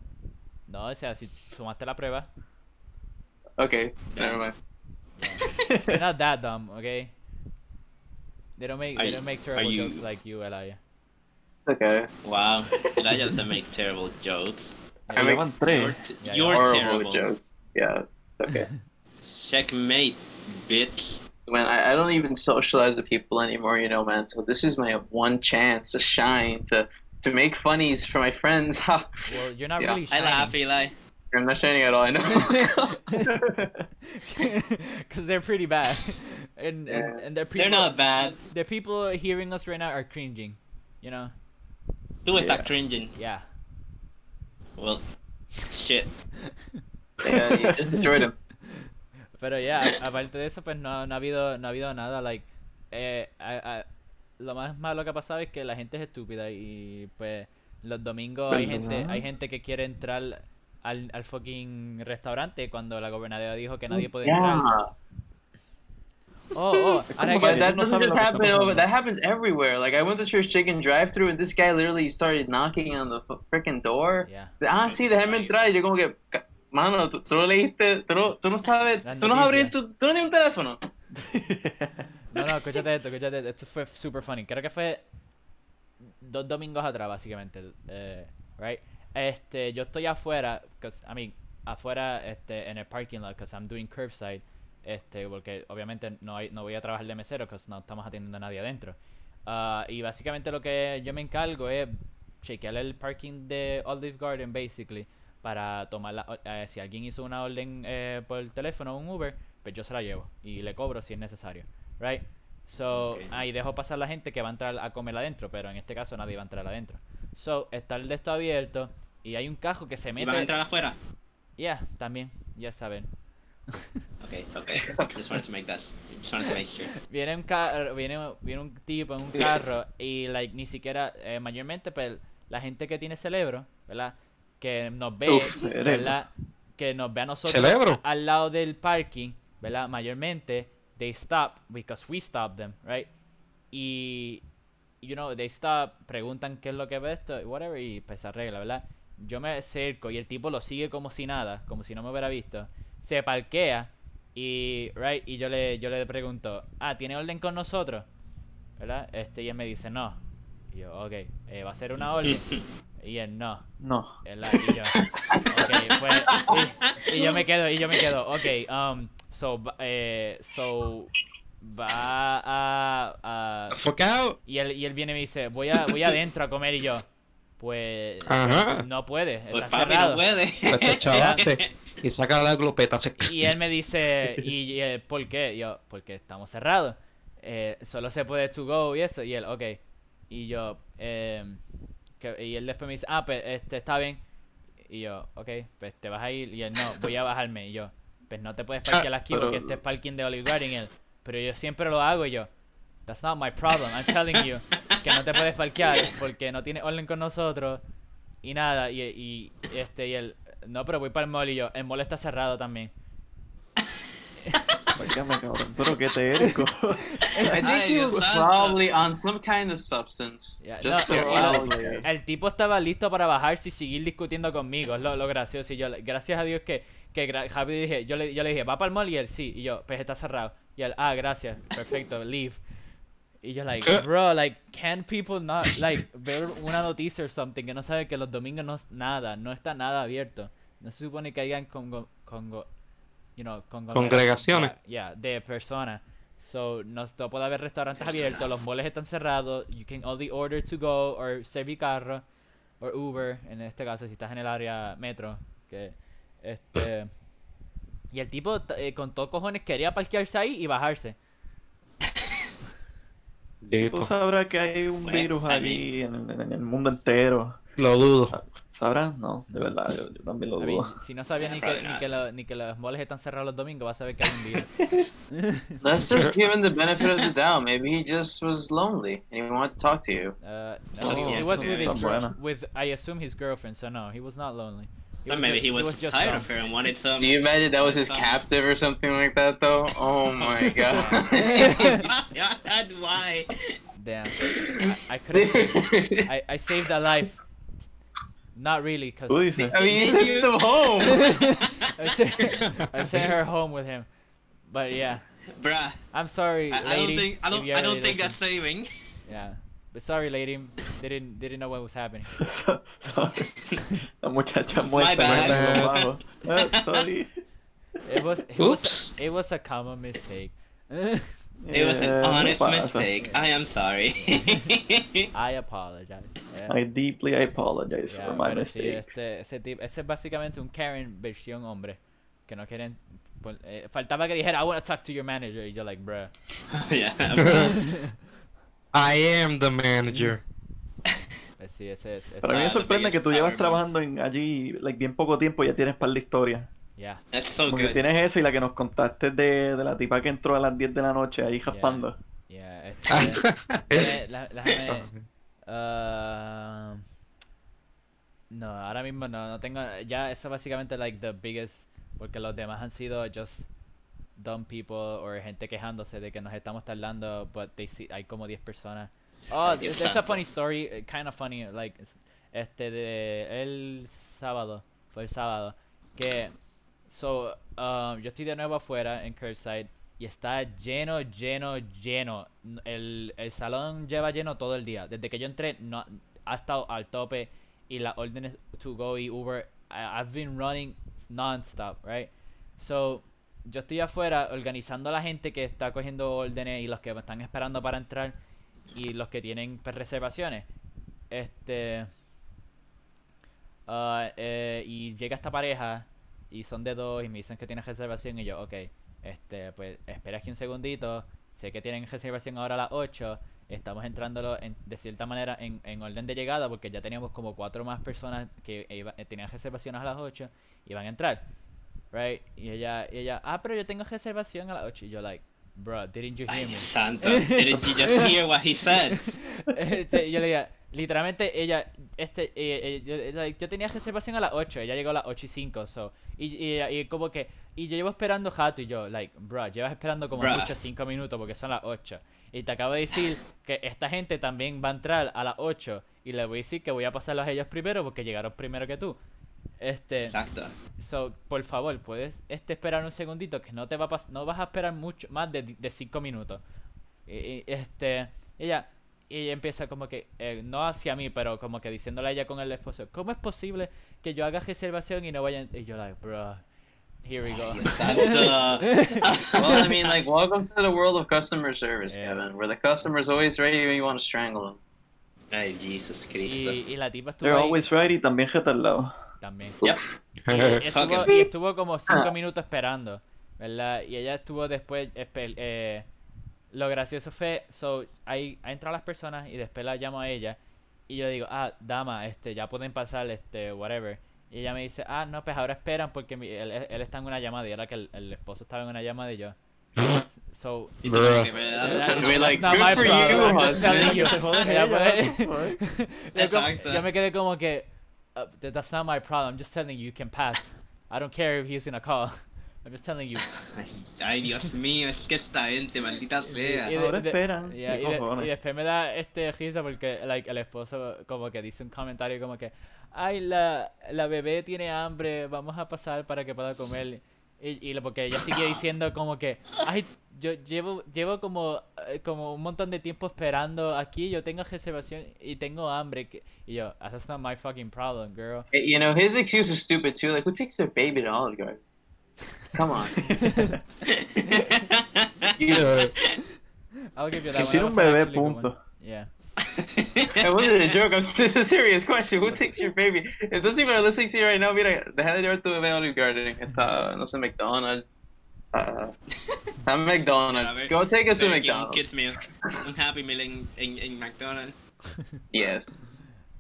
S3: No, o sea, si tomaste la prueba.
S5: Okay, never mind.
S3: You're not that dumb, okay? They don't make,
S4: Are
S3: they
S4: you-
S3: don't make
S4: are
S3: terrible
S4: you-
S3: jokes like you, Elia.
S5: Okay.
S4: Wow. That just doesn't make terrible jokes.
S5: I mean,
S2: Llevan tres.
S4: You're, t-
S3: Yeah, yeah.
S4: you're terrible.
S5: horrible joke. Yeah. Okay.
S4: Checkmate, bitch.
S5: Man, I, I don't even socialize with people anymore, you know, man. So this is my one chance to shine, to to make funnies for my friends. Ha!
S3: Well, you're not
S5: Yeah.
S3: really
S4: I
S3: shining.
S4: laugh, Eli.
S5: I'm not shining at all. I know.
S3: because they're pretty bad, and and,
S5: Yeah.
S3: and they're people,
S4: They're not bad.
S3: The people hearing us right now are cringing, you know.
S4: Tú
S2: Yeah.
S4: estás cringing.
S3: Yeah.
S4: Well, shit.
S5: yeah, you just destroyed him.
S3: Pero yeah, a- aparte de eso, pues no, no ha habido no ha habido nada. Like, eh, a- a- lo más malo que ha pasado es que la gente es estúpida y pues los domingos hay gente
S2: ¿Verdad?
S3: hay gente que quiere entrar al, al fucking restaurante cuando la gobernadora dijo que nadie puede entrar.
S5: Yeah.
S3: Oh, oh, ahora
S2: como
S3: que-
S5: But
S2: Yeah,
S5: that
S2: no sabe
S5: doesn't just
S2: lo que está
S5: happen
S2: pasando.
S5: over. That happens everywhere. Like I went to Church Chicken drive-through, and this guy literally started knocking on the fu- freaking door.
S3: Yeah.
S5: Ah, sí, déjame entrar. Y yo como que, ca- mano, tú, tú no leíste, tú no, tú no sabes,
S3: Las
S5: tú no, has
S3: noticias.
S5: abierto- tú no tienes un teléfono.
S3: No, no, escúchate esto, escúchate esto. Esto fue super funny. Creo que fue dos domingos atrás, básicamente. eh, right? Este, yo estoy afuera, 'cause, I mean, afuera este, en el parking lot, because I'm doing curbside. Este, porque obviamente no, hay, no voy a trabajar de mesero, porque no estamos atendiendo a nadie adentro. Ah, y básicamente lo que yo me encargo es chequear el parking de Olive Garden, basically, para tomar la, o- eh, si alguien hizo una orden eh, por el teléfono o un Uber, pues yo se la llevo y le cobro si es necesario, right? So,
S4: Ok.
S3: ahí dejo pasar la gente que va a entrar a comer adentro, pero en este caso nadie va a entrar adentro. So, está el de esto abierto y hay un cajo que se
S4: Y van a
S3: mete.
S4: entrar afuera.
S3: Yeah, también, ya saben.
S4: Okay, okay. Just wanted to make that. Just wanted to make sure.
S3: viene un carro, viene, viene un tipo en un carro y like ni siquiera, eh, mayormente pues, la gente que tiene cerebro, ¿verdad? Que nos ve,
S2: Uf, cerebro.
S3: ¿verdad? Que nos ve a nosotros
S1: Cerebro.
S3: al lado del parking, ¿verdad? Mayormente they stop because we stop them, right? Y you know, they stop, preguntan qué es lo que ve esto, whatever, y pues se arregla, ¿verdad? Yo me acerco y el tipo lo sigue como si nada, como si no me hubiera visto. Se parquea y, right, y yo le, yo le pregunto, ah, ¿tiene orden con nosotros? ¿Verdad? Este, y él me dice, no. Y yo, ok, eh, ¿va a ser una orden? Y él, no.
S2: No.
S3: ¿verdad? Y yo, ok, pues, y, y yo me quedo, y yo me quedo, ok, um, so, va- eh, so, va a, a-
S1: Fuck out.
S3: y él, y él viene y me dice, voy, a, voy adentro a comer y yo, pues
S1: Ajá.
S3: no puede,
S4: Pues
S3: está
S4: papi
S3: cerrado.
S4: no puede.
S1: Pues te chavaste. Y saca la glopeta. se-
S3: Y él me dice, y, y él, ¿por qué? Y yo, porque estamos cerrados. Eh, solo se puede to go y eso. Y él, ok. Y yo, em, que- y él después me dice, ah, pues este, está bien. Y yo, ok, pues te vas a ir. Y él, no, voy a bajarme. Y yo, pues no te puedes parquear aquí
S2: pero-
S3: porque este es parking de Olive Garden. Y él, pero yo siempre lo hago. Y yo, that's not my problem. I'm telling you que no te puedes parquear porque no tienes orden con nosotros. Y nada, y, y este, y él, no, pero voy para el mall. Y yo, el mall está cerrado también.
S2: Válgame, cabrón. Pero qué te eres,
S5: I think
S4: Ay,
S5: he was
S4: Dios santo.
S5: probably on some kind of substance.
S3: Yeah,
S5: just
S3: no,
S5: to
S3: yeah,
S5: allow
S3: yeah. El tipo estaba listo para bajarse y seguir discutiendo conmigo, es lo, lo gracioso. Y yo, le- gracias a Dios que, que gra- Javi dije, yo le, yo le dije, ¿va para el mall? Y él, sí. Y yo, pues está cerrado. Y él, ah, gracias, perfecto, leave. Y yo, like, bro, like, can people not, like, ver una noticia or something que no sabe que los domingos no es nada, no está nada abierto. No se supone que hayan congo, congo, you know, congo-
S1: Congregaciones.
S3: Yeah, yeah, de personas. So, no, no puede haber restaurantes abiertos, los moles están cerrados, you can only order to go or servir carro or Uber, en este caso si estás en el área metro, que este y el tipo t- eh, con todos cojones quería parquearse ahí y bajarse.
S2: Tú
S1: Dito.
S2: sabrás que hay un
S4: Bueno,
S2: virus
S4: a
S2: allí en, en- en el mundo entero.
S1: Lo dudo.
S2: ¿Sabrás? No, de verdad, yo, yo también lo
S3: I mean,
S2: dudo.
S3: si no sabía ni que,
S4: Probably
S3: ni,
S4: not.
S3: que lo- ni que los moles están cerrados los domingos, vas a saber que hay un virus.
S5: Let's just give him the benefit of the doubt. Maybe he just was lonely and he wanted to talk to you.
S3: Uh, no,
S4: Eso sí,
S3: he was
S4: sí,
S3: with his
S2: está
S3: girl-
S2: buena.
S3: with I assume his girlfriend, so no, he was not lonely.
S4: Or maybe he was,
S3: just
S4: tired
S3: dumb.
S4: of her and wanted some.
S5: Do you imagine that was his
S4: Some-
S5: captive or something like that, though? Oh my god.
S4: God, why?
S3: Damn, I, I could have saved, I, I saved a life. Not really, cause
S2: Tú dices,
S5: I mean, you sent him home.
S3: I sent, I sent her home with him. But yeah,
S4: Bruh,
S3: I'm sorry,
S4: I, I
S3: lady.
S4: don't think I
S3: if
S4: don't
S3: you
S4: I
S3: ever
S4: don't think that's
S3: listen.
S4: saving.
S3: Yeah, but sorry, lady. Didn't didn't know what was happening.
S2: la muchacha
S4: My
S2: muerta
S4: bad.
S2: en bajo. Eh, sorry.
S3: It was it was
S1: Oops.
S3: it was a common mistake.
S4: It was
S2: Eh,
S4: an honest
S2: pasa.
S4: mistake. I am sorry.
S3: I apologize. Yeah.
S2: I deeply apologize
S3: Yeah,
S2: for my
S3: pero sí,
S2: mistake.
S3: este, ese, tipo, ese es básicamente un Karen versión hombre. Que no quieren. pon- eh, faltaba que dijera, I want to talk to your manager. Y yo, like, bruh.
S4: yeah.
S1: I am the manager.
S3: Pues sí, ese es. ese-
S2: Para mí me
S4: Ah, the
S2: sorprende que tú
S4: biggest
S2: llevas
S4: power move.
S2: trabajando en allí like, bien poco tiempo y ya tienes par de historias.
S3: yeah.
S4: That's so
S2: Porque
S4: good.
S2: tienes esa y la que nos contaste de, de la tipa que entró a las 10 de la noche ahí jaspando.
S3: Yeah, este, Eh, la- déjame- ah, no, ahora mismo no, no tengo. Ya, eso básicamente, like, the biggest. Porque los demás han sido just dumb people o gente quejándose de que nos estamos tardando, but they see, hay como 10 personas. Oh,
S4: Ay, Dios
S3: there's a
S4: santo.
S3: funny story, eh, kind of funny, like, es- este de el sábado, fue el sábado, que, so, um, yo estoy de nuevo afuera en Curbside y está lleno, lleno, lleno. El, el salón lleva lleno todo el día. Desde que yo entré, no, ha estado al tope. Y las órdenes to go y Uber, I- I've been running non-stop, right? So, yo estoy afuera organizando a la gente que está cogiendo órdenes y los que están esperando para entrar y los que tienen pues, reservaciones. Este. ah, eh, y llega esta pareja y son de dos y me dicen que tienen reservación y yo, ok, este, pues espera aquí un segundito, sé que tienen reservación ahora a las 8, estamos entrándolo en- de cierta manera en, en orden de llegada porque ya teníamos como cuatro más personas que iba- eh, tenían reservaciones a las 8 y van a entrar. Right? Y ella, y ella, ah, pero yo tengo reservación a las 8 y yo like, bro, didn't you
S4: Ay,
S3: hear me?
S4: Dios santo. Didn't you just hear what he said?
S3: Este, yo le diga, literalmente ella, este, eh, eh, yo, eh, like, yo tenía reservación a las 8, ella llegó a las 8 y 5, so, y, y, ella- y como que, y yo llevo esperando jato y yo, like, bro, llevas esperando como
S4: Bruh.
S3: mucho 5 minutos porque son las 8. Y te acabo de decir que esta gente también va a entrar a las 8 y le voy a decir que voy a pasarlos a ellos primero porque llegaron primero que tú. Este,
S4: Exacto.
S3: So, por favor, puedes este, esperar un segundito que no te va a pas- no vas a esperar mucho más de, de cinco minutos. Y- y, este, ella, y ella empieza como que, eh, no hacia mí, pero como que diciéndole a ella con el esposo, ¿cómo es posible que yo haga reservación y no vayan? Y yo like, bro, here we go.
S4: Santo.
S5: well, I mean, like, welcome to the world of customer service,
S3: Yeah.
S5: Kevin, where the customer's always ready when you want to strangle them.
S4: Ay, Jesus Cristo.
S3: y, y la tipa estuvo
S2: They're
S3: ahí
S2: always right y también retardado.
S3: también. Y- y
S1: Ajá.
S3: estuvo,
S4: Fucking-
S3: y estuvo como cinco minutos esperando, ¿verdad? Y ella estuvo después. espe- eh, lo gracioso fue, so, ahí ahí entran las personas y después la llamo a ella. Y yo digo, ah, dama, este, ya pueden pasar, este, whatever. Y ella me dice, ah, no, pues ahora esperan porque mi- él, él- él está en una llamada. Y era que el, el esposo estaba en una llamada y yo. So,
S4: Y tú,
S1: Bruh.
S4: que me das-
S3: that-
S5: I mean, like,
S3: that's not
S5: good
S3: my
S5: for
S3: problem,
S5: you,
S3: I'm just
S5: husband.
S3: telling you.
S2: Se jode
S3: Ella
S2: ella,
S3: puede-
S2: what the fuck?
S3: Yo como-
S4: Exacto.
S3: Yo me quedé como que. "Uh, th- that's not my problem. I'm just telling you, you can pass. I don't care if he's in a call. I'm just telling you.
S4: Ay, Ay, Dios mío, es que esta gente, maldita sea.
S3: Y de-
S2: Ahora
S3: de-
S2: esperan.
S3: Yeah,
S2: ¿Qué
S3: y, de-
S2: cojones?
S3: y después me da este risa porque like, el esposo como que dice un comentario como que, ay, la, la bebé tiene hambre, vamos a pasar para que pueda comer. Y, y lo- porque ella sigue diciendo como que, ay, yo llevo, llevo como, eh, como un montón de tiempo esperando aquí, yo tengo reservación y tengo hambre. que-". Y yo, that's not my fucking problem, girl.
S5: Hey, You know, his excuse is stupid, too. Like, who takes their baby to Olive Garden? Come on.
S3: I'll give you
S2: Que
S3: that one.
S2: tiene
S3: I
S2: un
S3: wasn't
S2: bebé,
S3: actually going-
S2: punto.
S3: Yeah.
S5: That wasn't a joke. I'm, this is a serious question. Who takes your baby? If those people are listening to you right now, mira, deja de llevar tu bebé a Olive Garden. Está, no sé, McDonald's. Uh, I'm
S4: A ver,
S5: McDonald's. Go take it to
S4: Burger King,
S5: McDonald's.
S4: Kids Meal. Un Happy Meal en, en, en McDonald's.
S5: Yes.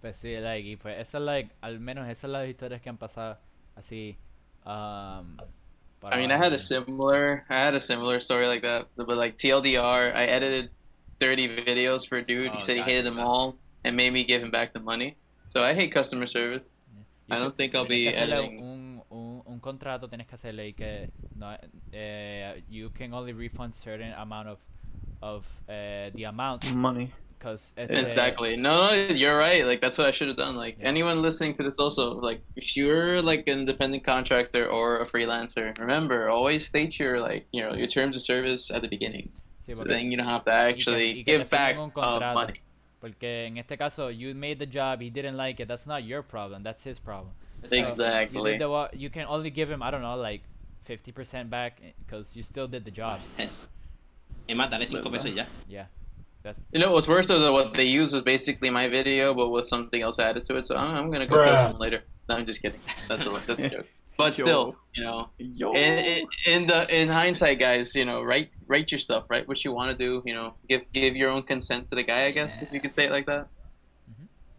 S3: Pues sí, like, y pues eso es like, al menos esas son las historias que han pasado así. Um, para
S5: I mean, I had a
S3: Valentine.
S5: similar, I had a similar story like that, but like TLDR, I edited 30 videos for a dude.
S4: Oh,
S5: he said he
S4: God.
S5: hated them all and made me give him back the money. So I hate customer service.
S3: Y
S5: I
S3: eso-
S5: don't think I'll
S3: tienes
S5: be
S3: que hacerle
S5: editing.
S3: un, un, un contrato, tienes que hacerle y que no, eh, you can only refund certain amount of of eh, the amount este,
S2: Money.
S3: because
S5: Exactly. No, you're right. Like that's what I should have done. Like
S3: Yeah.
S5: anyone listening to this, also, like if you're like an independent contractor or a freelancer, remember always state your like you know your terms of service at the beginning,
S3: sí,
S5: so
S3: porque-
S5: then you don't have to
S3: y que
S5: actually
S3: te
S5: give
S3: firmen
S5: back
S3: un
S5: uh,
S3: contrato.
S5: money.
S3: porque en este caso you made the job, he didn't like it, that's not your problem, that's his problem. You,
S4: Exacto.
S3: did
S5: Exactly.
S3: the, wa- you can only give him, I don't know, like 50% back because you still did the job.
S4: Es más, dale 5 pesos y ya.
S3: Yeah. That's
S5: You know what's worse is that what they use is basically my video, but with something else added to it. So I'm, I'm gonna go
S4: Bruh.
S5: kill someone later. No, I'm just kidding. That's a, that's a joke. But
S2: Yo.
S5: still, you know,
S2: Yo.
S5: in,
S4: Eh,
S5: in, in the in hindsight, guys, you know, write write your stuff, write what you want to do. You know, give give your own consent to the guy. I guess if you could say it like that.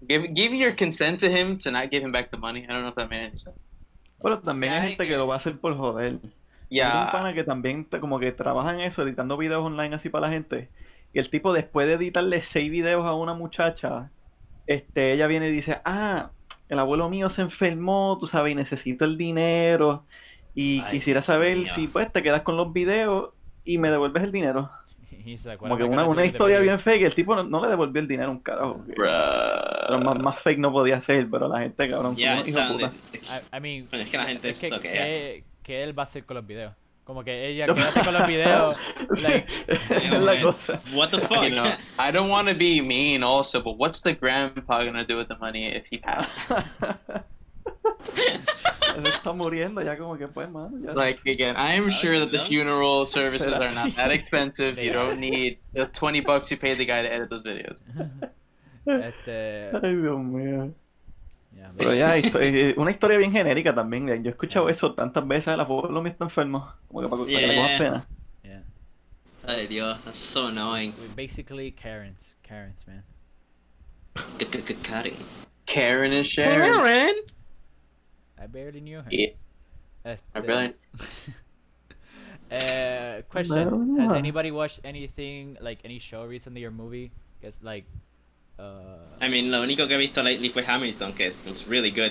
S5: Give give your consent to him to not give him back the money. I don't know if that made any sense.
S2: Pero también hay
S4: Ay,
S2: gente
S4: que-
S2: que lo va a hacer por joder. Yo tengo un
S5: Yeah,
S2: pana que también t- como que trabaja en eso, editando videos online así para la gente. Y el tipo después de editarle seis videos a una muchacha, este, ella viene y dice, ah, el abuelo mío se enfermó, tú sabes, y necesito el dinero. Y
S4: Ay,
S2: quisiera
S4: Dios
S2: saber
S4: mío.
S2: si pues te quedas con los videos y me devuelves el dinero.
S3: he's like,
S2: Como
S3: "What
S2: que
S3: am I
S2: una,
S3: gonna do
S2: una
S3: with the
S2: historia bien
S3: bills?"
S2: fake. El tipo no, no le devolvió el dinero un carajo. que- pero más,
S5: bruh.
S2: más fake no podía ser, pero la gente, cabrón, son
S4: Ya,
S2: unos hijos de puta.
S4: exacto.
S3: I, I mean,
S4: Bueno, es que la gente
S3: es que,
S4: es ok.
S3: ¿qué- qué él va a hacer con los videos? Como que ella, quédate con los videos. like-
S2: Esa es la cosa.
S4: What the fuck?
S5: You know, I don't want to be mean also, but what's the grandpa gonna do with the money if he passes?
S2: Él está muriendo ya como que pues, mano. Ya.
S5: Like again, I am sure that the funeral services are not that expensive. You don't need the twenty bucks you pay the guy to edit those videos.
S3: este.
S2: Ay, Dios mío.
S3: yeah,
S2: Pero ya, histo- eh, una historia bien genérica también. eh. Yo he escuchado eso tantas veces. El abuelo mío está enfermo. Como que para, para que le cojas
S4: Yeah.
S2: pena.
S3: yeah.
S4: Ay, Dios, that's so annoying.
S3: We're basically Karens. Karens, man.
S4: Cutting.
S5: Karen is Sharon.
S3: I barely knew her.
S5: Yeah,
S3: Este,
S5: I barely-
S3: uh, question:
S2: Barely
S3: Has
S2: know.
S3: anybody watched anything like any show recently or movie? Guess like. Uh,
S4: I mean, lo único que he visto lately fue Hamilton, que was really good.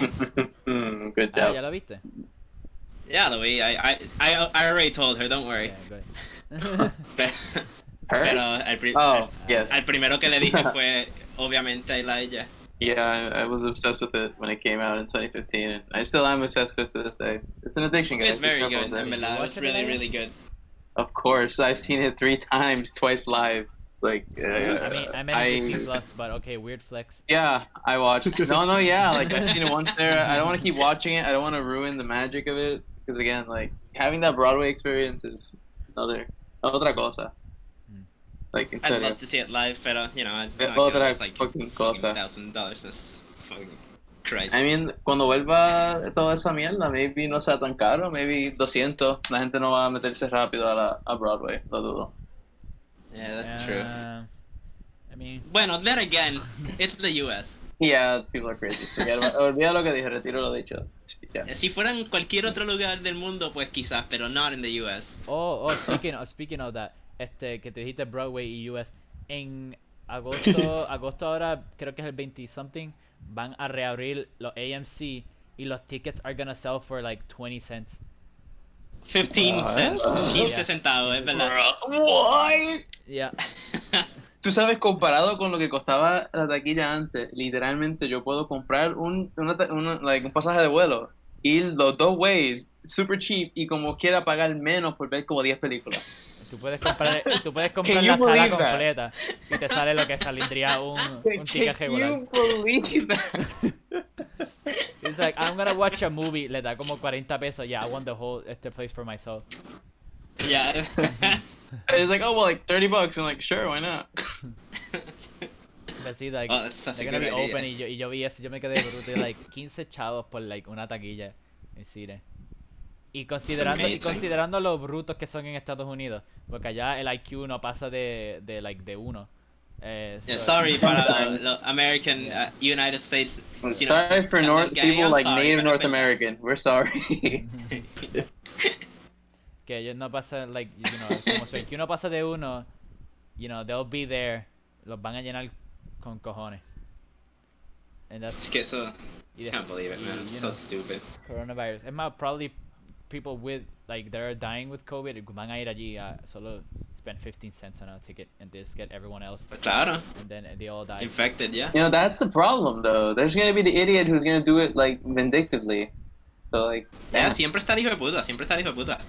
S5: Mm, good
S3: ah, ya
S5: job.
S3: lo viste.
S4: yeah, Louis, I, I, I, I already told her, don't worry.
S3: Yeah, good.
S4: Pero, pero
S5: Her?
S4: al, pri-
S5: Oh
S3: Uh,
S5: yes.
S4: al primero que le dije fue, obviamente, Elijah.
S5: Yeah, I, I was obsessed with it when it came out in 2015, and I still am obsessed with it to this day. It's an addiction,
S4: It
S5: guys.
S4: was very
S5: Be careful
S4: good,
S5: with
S4: en
S5: that.
S4: verdad. It was
S3: Watch it,
S4: really,
S3: Elijah?
S4: really good.
S5: Of course, I've seen it three times, twice live. Like, uh,
S3: I mean, I meant
S5: I-
S3: Disney Plus, but okay, weird flex.
S5: yeah, I watched. No, no, yeah, like I've seen it once there. I don't want to keep watching it. I don't want to ruin the magic of it because again, like having that Broadway experience is another otra cosa.
S3: Mm.
S5: Like
S4: I'd
S5: instead
S4: love
S5: of
S4: to see it live, pero, you know, I,
S5: Yeah,
S4: I
S5: well,
S4: can't.
S5: that I
S4: It's like
S5: fucking close that.
S4: thousand dollars. That's fucking Christ.
S5: I mean, cuando vuelva toda esa mierda, maybe no sea tan caro, maybe 200. La gente no va a meterse rápido a, la, a Broadway, lo dudo.
S4: yeah, that's true.
S3: Uh, I mean,
S4: Bueno, then again, it's the US.
S5: Yeah, people are crazy. Forget about- Olvida lo que dije, retiro lo dicho. Yeah.
S4: Si fuera en cualquier otro lugar del mundo, pues quizás, pero not in the US.
S3: oh, oh, speaking of, speaking of that, este, que te dijiste Broadway y US, en agosto, agosto ahora, creo que es el 20 something, van a reabrir los AMC y los tickets are gonna sell for like 20 cents.
S4: 15 cents,
S5: Ah.
S4: 15
S3: Yeah.
S4: centavos, es verdad.
S5: What?
S3: Yeah.
S5: Tú sabes, comparado con lo que costaba la taquilla antes, literalmente yo puedo comprar un, una ta- una- like, un pasaje de vuelo, ir los dos ways, super cheap, y como quiera pagar menos por ver como 10 películas.
S3: Tú puedes comprar, tú puedes comprar
S5: Can
S3: la
S5: you
S3: sala
S5: believe that?
S3: completa y te sale lo que saldría un, un ticket
S5: Can
S3: regular.
S5: you believe that?
S3: It's like, I'm gonna watch a movie, le da como 40 pesos, yeah, I want the whole este place for myself.
S4: Yeah.
S5: It's like, oh, well, like 30 bucks. I'm like, sure, why not?
S3: But see, Pues like,
S4: oh, that's such a
S3: They're
S4: good
S3: gonna be
S4: idea.
S3: open y yo, y yo vi eso, yo me quedé bruto, y, like 15 chavos por like una taquilla en cine. Y considerando, y
S4: amazing.
S3: considerando lo brutos que son en Estados Unidos, porque allá el IQ no pasa de, de like de uno. Eh,
S4: Yeah,
S3: so-
S4: sorry para los American
S3: Yeah.
S4: uh, United States.
S5: I'm
S4: you know,
S5: sorry for
S4: I'm
S5: North
S4: getting-
S5: people
S4: I'm
S5: like
S4: sorry,
S5: Native
S4: but-
S5: North
S4: but-
S5: American. We're sorry.
S3: que ellos no pasan like you know, como su IQ no pasa de uno, you know, they'll be there, los van a llenar con cojones. And that's-
S4: Es que eso,
S3: y
S4: I
S3: de-
S4: can't believe it,
S3: y,
S4: man. It's
S3: you
S4: so
S3: know,
S4: stupid.
S3: coronavirus. Es más, probably people with, like, they're dying with COVID van a ir allí a solo spend 15 cents on a ticket and just get everyone else
S4: Pues claro,
S3: and then they all die.
S4: infected, yeah.
S5: you know, that's the problem, though. There's gonna be the idiot who's gonna do it like vindictively. So like,
S4: Yeah, siempre está el hijo de puta, siempre está el hijo de puta.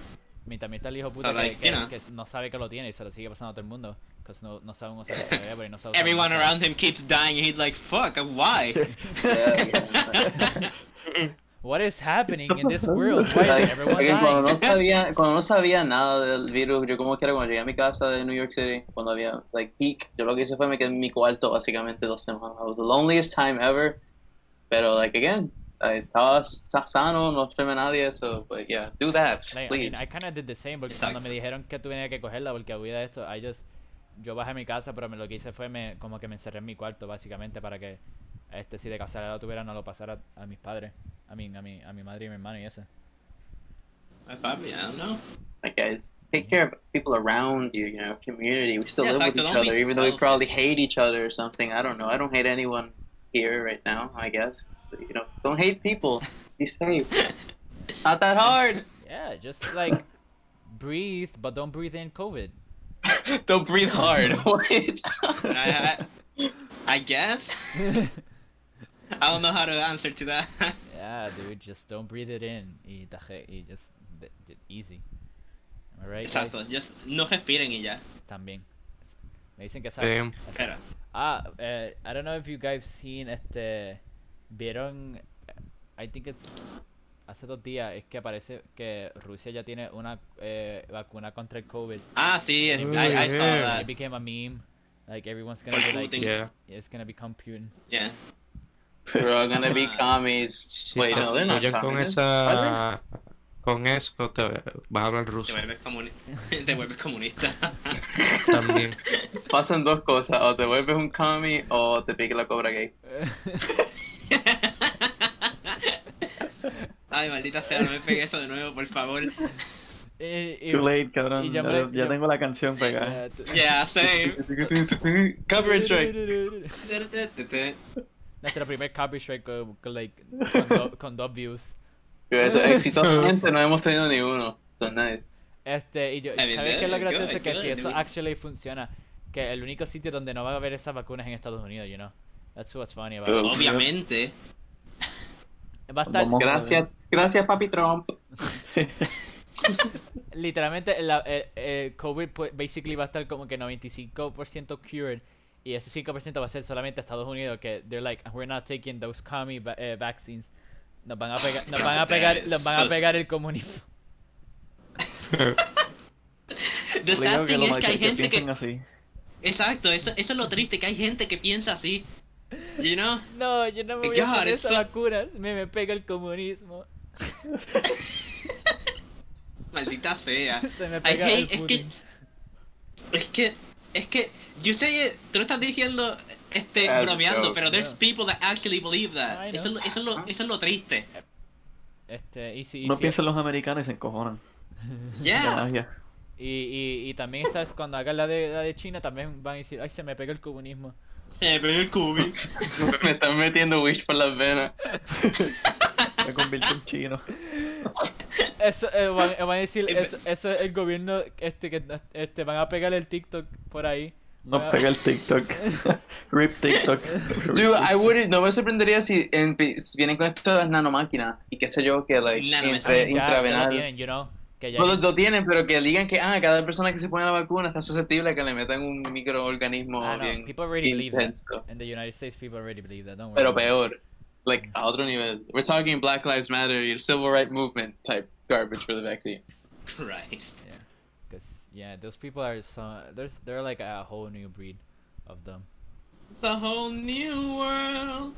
S3: Mientras también está el hijo puta
S4: So,
S3: que,
S4: like,
S3: que-
S4: you know.
S3: que no sabe que lo tiene y se lo sigue pasando a todo el mundo. Because no, no saben usar el cerebro y no saben usar
S4: Everyone
S3: el-
S4: around him keeps dying, and he's like, "Fuck, why?"
S3: What is happening in this
S2: pasando?
S3: world? Why is
S5: Like,
S3: everyone
S5: again, cuando, no
S3: dying?
S5: sabía, cuando no sabía nada del virus, yo como quiera, cuando llegué a mi casa de New York City, cuando había, like, peak, yo lo que hice fue me quedé en mi cuarto básicamente dos semanas. It was the loneliest time ever. Pero, like, again, I estaba sa- sano, no enfermé a nadie, so, but yeah, do that,
S3: Like, I
S5: please.
S3: mean, I kinda did the same porque cuando me dijeron que tuviera que cogerla porque huía de esto, I just, yo bajé a mi casa, pero me, lo que hice fue me, como que me encerré en mi cuarto básicamente para que este si de casualidad lo tuviera no lo pasara a mis padres, a mi, a mi, a mi madre y mi hermano y eso.
S4: Ay, papi, I don't know.
S5: Like, guys, take care of people around you, you know, community. We still
S4: Yeah,
S5: live
S4: exacto,
S5: with each
S4: don't be
S5: other, even though we probably
S4: selfish.
S5: hate each other or something. I don't know. I don't hate anyone here right now, I guess. But, you know, don't hate people. Be safe. Not that hard.
S3: Yeah, just like breathe, but don't breathe in COVID.
S5: don't breathe hard. What?
S4: I, I, I guess. I don't know how to answer to that.
S3: yeah, dude, just don't breathe it in. Y, taje- y just th- th- easy. Alright,
S4: Exacto,
S3: guys?
S4: just no respiren y ya.
S3: También. Es- Me dicen que esa.
S1: Damn.
S3: esa-
S4: Espera.
S3: Ah, eh, I don't know if you guys seen este. Vieron. I think it's. Hace dos días es que parece que Rusia ya tiene una eh, vacuna contra el COVID.
S4: Ah, sí, I,
S1: Ooh,
S4: I saw
S1: yeah.
S4: that.
S3: It became a meme. Like everyone's gonna be
S4: Like
S3: like,
S4: Putin.
S1: Yeah.
S3: it's gonna become Putin.
S4: Yeah.
S5: We're all gonna be
S4: Ah.
S5: commies.
S1: Si
S5: Wait,
S1: te
S5: no, they're not
S1: apoyan Ah, con
S5: communists.
S1: esa. Con eso te vas a hablar
S4: Te
S1: ruso
S4: vuelves, comuni- te vuelves comunista.
S1: también.
S5: Pasan dos cosas, o te vuelves un commie o te pique la cobra gay.
S3: Eh,
S4: Ay, maldita sea, no me pegué eso de nuevo, por favor.
S3: Eh, y-
S2: Too late, cabrón.
S3: y
S2: Ya,
S3: ya me-
S2: ya
S3: ya-
S2: tengo la canción pegada.
S3: eh, tú-
S4: Yeah, same.
S5: Coverage rate.
S3: Nuestro primer copy strike con, con, like, con, do- con dos views.
S5: Pero eso, exitosamente no hemos tenido ni uno. So nice.
S3: Este, y yo,
S4: I mean,
S3: ¿sabes qué es lo
S4: good,
S3: gracioso? que si
S4: good,
S3: eso
S4: dude.
S3: actually funciona, que el único sitio donde no va a haber esas vacunas es en Estados Unidos, you know. That's what's funny about it.
S5: Pero-
S4: Obviamente.
S3: Va a estar,
S2: Vamos.
S5: Gracias, gracias papi Trump.
S3: literalmente, la- el, el COVID pues, basically va a estar como que 95% cured. Y ese 5% va a ser solamente Estados Unidos, que they're like, we're not taking those commie va- eh, vaccines. Nos van a pegar, nos van a
S4: God, that
S3: pegar,
S4: is
S3: nos van a
S4: so-
S3: pegar el comunismo.
S4: The sad
S2: Obligado
S4: thing
S2: lo
S4: es que hay
S2: marquen-
S4: gente que.
S2: piensen así.
S4: Exacto, eso, eso es lo triste, que hay gente que piensa así. You know?
S3: No, yo no me voy a
S4: God,
S3: poner
S4: it's
S3: esas
S4: so-
S3: vacunas, me, me pega el comunismo.
S4: Maldita sea.
S3: Se me
S4: I
S3: pega el
S4: hate- es que-
S3: Putin.
S4: Es que, es que, yo sé, tú lo estás diciendo, este,
S5: As a
S4: bromeando,
S5: joke,
S4: pero there's
S3: yeah.
S4: people that actually believe
S3: I
S4: that.
S3: know.
S4: Eso, es lo- eso, es lo, eso es lo triste.
S3: Este, y si, y
S2: No
S3: si-
S2: piensen los americanos y se encojonan. La
S4: Yeah.
S2: magia.
S3: Y, y, y también estás cuando hagas la de, la de China también van a decir, ay, se me pega el comunismo.
S4: Se me pegó el cubi.
S5: Me están metiendo wish por las venas.
S2: Me convirtió en chino.
S3: Eso eh, van, eh, van a decir,
S5: Em,
S4: Eh,
S3: eso, eso es el gobierno este que no- este van a pegar el TikTok por ahí.
S2: Nos pega el TikTok. Rip TikTok. Rip
S5: Dude, I wouldn't, no me sorprendería si en- vienen con esto de las nanomáquinas y qué sé yo, que like,
S4: Nanomáquinas.
S3: Ya-
S5: intra-
S3: ya, lo
S5: intravenal.
S3: tienen, you know, que ya
S5: No, lo, lo tienen, pero que digan que ah, cada persona que se pone la vacuna está susceptible a que le metan un microorganismo
S3: Ah, no,
S5: bien
S3: people already believe that.
S5: intenso.
S3: in the United States people already believe that, don't worry.
S5: Pero peor, like, a otro nivel. We're talking Black Lives Matter, your civil rights movement type garbage for the vaccine.
S4: Christ.
S3: Because, yeah, those people are so, there's, they're like a whole new breed of them.
S4: It's a whole new world.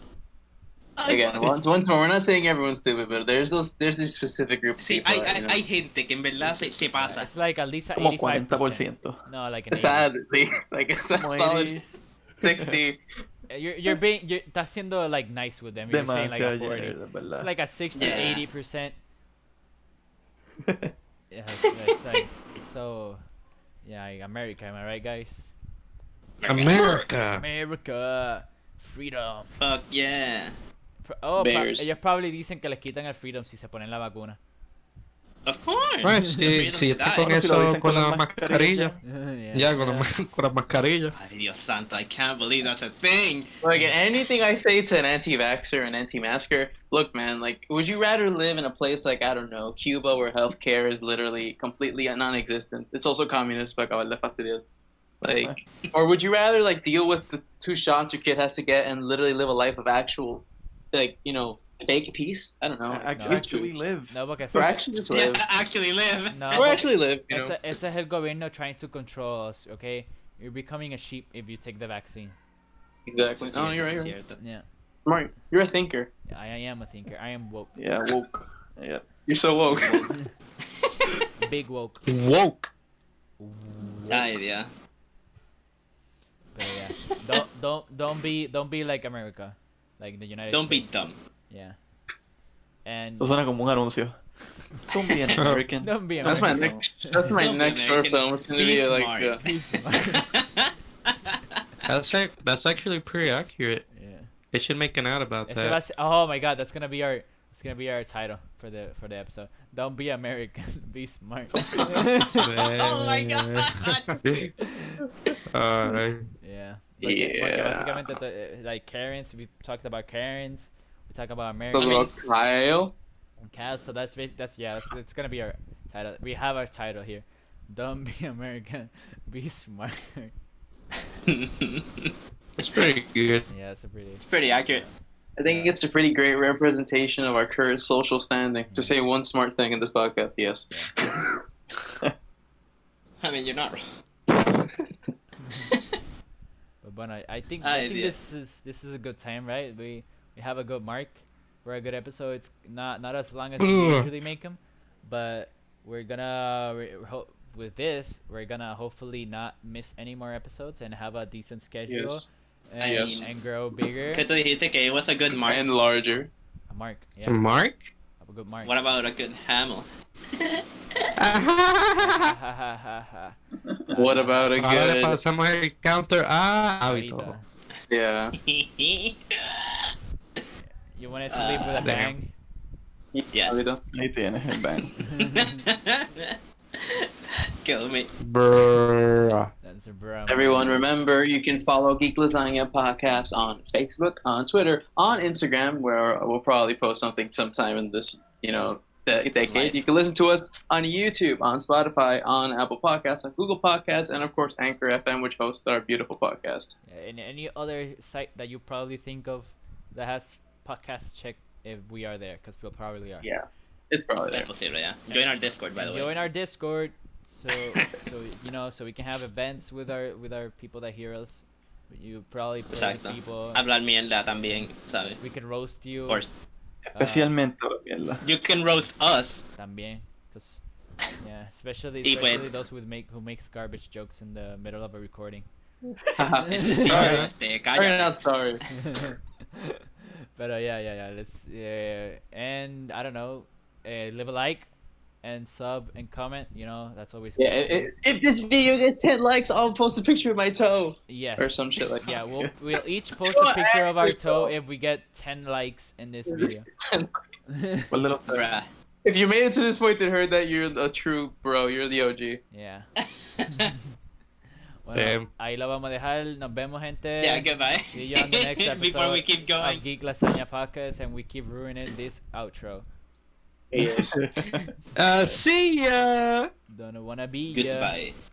S4: Ay,
S5: Again, once, once more, we're not saying everyone's stupid, but there's those there's this specific group. Of
S4: Sí,
S5: people
S4: hay,
S5: that,
S4: hay,
S5: you know,
S4: hay gente que en verdad se, se pasa.
S3: It's like at least a
S2: Como
S3: 85%.
S2: 40%.
S3: No, like an 80.
S5: sadly, like it's a
S2: Como
S5: solid
S2: 80.
S5: 60.
S3: Eh, You're, you're being, you're, estás siendo like nice with them. You're saying like a
S2: Demasiado,
S3: 40.
S2: ya, de verdad.
S3: It's like a 60,
S4: Yeah.
S3: 80%. Yeah, it's, it's like, s- so, yeah, like America, am I right, guys?
S1: America.
S3: America, freedom.
S4: Fuck yeah.
S3: Pr- Oh, pro-
S5: Bears.
S3: ellos probably dicen que les quitan el freedom si se ponen la vacuna.
S4: Of course.
S1: Pues
S4: The
S1: sí,
S4: freedom
S1: sí, está
S4: to die.
S1: con
S2: Bueno, si lo
S1: eso, con
S2: dicen con
S1: la
S2: las mascarillas,
S1: mascarilla.
S3: Yeah,
S1: Ya, con la
S3: yeah.
S1: ma- con las mascarillas.
S4: Ay, Dios santo, I can't believe that's a thing.
S5: Like anything I say to an anti-vaxxer and anti-masker, look, man, like, would you rather live in a place like I don't know, Cuba, where healthcare is literally completely non-existent? It's also communist, but acabar de fastidiar. Like, or would you rather like deal with the two shots your kid has to get and literally live a life of actual, like, you know, fake peace? I don't know.
S2: I
S3: no.
S2: could actually live.
S3: No, porque eso,
S5: Or actually just
S4: Yeah,
S5: live.
S4: actually live.
S3: No.
S5: Or actually live. You know.
S3: ese, ese es el gobierno trying to control us, okay? You're becoming a sheep if you take the vaccine.
S5: Exactly.
S4: Eso es
S5: No,
S4: cierto,
S5: you're right.
S4: eso
S5: You're
S4: es
S5: right.
S4: cierto.
S3: Yeah,
S5: Smart. You're a thinker.
S3: I, I am a thinker. I am woke.
S2: Yeah, woke. Yeah.
S5: You're so woke.
S3: Big woke.
S1: Woke.
S4: Ay, Dios.
S3: But yeah, don't don't don't be don't be like America, like the United
S4: Don't be
S3: States.
S4: dumb.
S3: Yeah. And
S2: Eso suena como un anuncio. Don't be an American.
S3: don't be
S5: That's my
S3: American.
S5: next. That's my
S4: Don't be
S5: next short
S4: American.
S5: film. It's gonna
S4: Be
S5: be like.
S4: smart.
S5: uh,
S1: That's ac- that's actually pretty accurate.
S3: yeah.
S1: They should make an ad about
S3: Ese va a
S1: that.
S3: ser- oh my god, that's gonna be our that's gonna be our title for the for the episode. Don't be American, be smart.
S4: oh my god.
S1: uh, Alright.
S3: yeah. Porque, porque
S5: Yeah.
S3: básicamente to- eh, like Karens, we talked about Karens, we talk about
S5: Talk
S3: American
S5: about Kyle.
S3: Cast, so that's basi- that's yeah, that's, it's gonna be our title. We have our title here. Don't be American. Be smart.
S1: It's pretty good.
S3: yeah, it's a pretty.
S4: It's pretty accurate.
S5: I think it's a pretty great representation of our current social standing. To say one smart thing in this podcast, yes.
S4: I mean, you're not wrong.
S3: But bueno, I think
S4: Ah,
S3: I think
S4: yeah.
S3: this is this is a good time, right? We we have a good mark for a good episode. It's not not as long as we
S1: Ugh.
S3: usually make them, but we're gonna we we ho- with this we're gonna hopefully not miss any more episodes and have a decent schedule
S5: Yes.
S3: and,
S4: Yes.
S3: and grow bigger.
S4: ¿Qué te dijiste que it was a good mark?
S5: And larger.
S3: A mark, yeah,
S1: Mark?
S3: have a good mark.
S4: What about a good hamel?
S5: What about a
S1: Ahora le
S5: good?
S1: pasamos el counter a hábito.
S3: Ahorita.
S5: Yeah.
S3: You wanted to leave
S4: Ah,
S3: with
S1: Damn.
S3: a bang.
S4: Yes.
S2: Ahí tienes el bang.
S4: Kill me.
S1: Brrr.
S3: That's a bro.
S5: Everyone, remember you can follow Geek Lasagna Podcast on Facebook, on Twitter, on Instagram, where we'll probably post something sometime in this, you know, de- decade.
S4: Right.
S5: You can listen to us on YouTube, on Spotify, on Apple Podcasts, on Google Podcasts, and of course Anchor FM, which hosts our beautiful podcast.
S3: Uh, And any other site that you probably think of that has podcast, check if we are there because we probably are.
S5: Yeah, It's probably
S4: Es
S5: there.
S4: posible, yeah. Join our Discord, by the way.
S3: Join our Discord, so so you know, so we can have events with our with our people that hear us. You probably play with
S4: Exacto.
S3: people.
S4: Hablar mierda también, ¿sabes?
S3: We could roast you. uh,
S4: Of course.
S2: Especialmente, mierda.
S4: You can roast us.
S3: También, 'cause- yeah, especially
S4: Y pues-
S3: especially those who make who makes garbage jokes in the middle of a recording.
S4: Sí,
S1: Alright.
S4: este,
S5: Sorry,
S4: cállate.
S5: not sorry.
S3: but uh, yeah, yeah, yeah. Let's uh, and I don't know, uh, leave a like, and sub and comment. You know that's always
S5: Yeah,
S3: good.
S4: eh,
S5: i-
S3: too.
S5: i- if this video gets 10 likes, I'll post a picture of my toe
S3: yes.
S5: or some shit like that.
S3: yeah, we'll we'll each post a
S5: know,
S3: picture of our
S5: actually,
S3: toe
S5: though-
S3: if we get ten likes in this video.
S2: ¿Cuál de los tres?
S4: Bruh.
S5: If you made it to this point and heard that, you're a true bro. You're the OG.
S3: yeah. Bueno,
S1: Damn.
S3: ahí lo vamos a dejar. Nos vemos, gente.
S4: yeah, goodbye.
S3: See you on the next
S4: Before we
S3: episode
S4: keep
S3: of
S4: going.
S3: Geek Lasagna Podcast, and we keep ruining this outro.
S1: Uh, see ya!
S3: Don't wanna be ya. uh,
S4: Goodbye.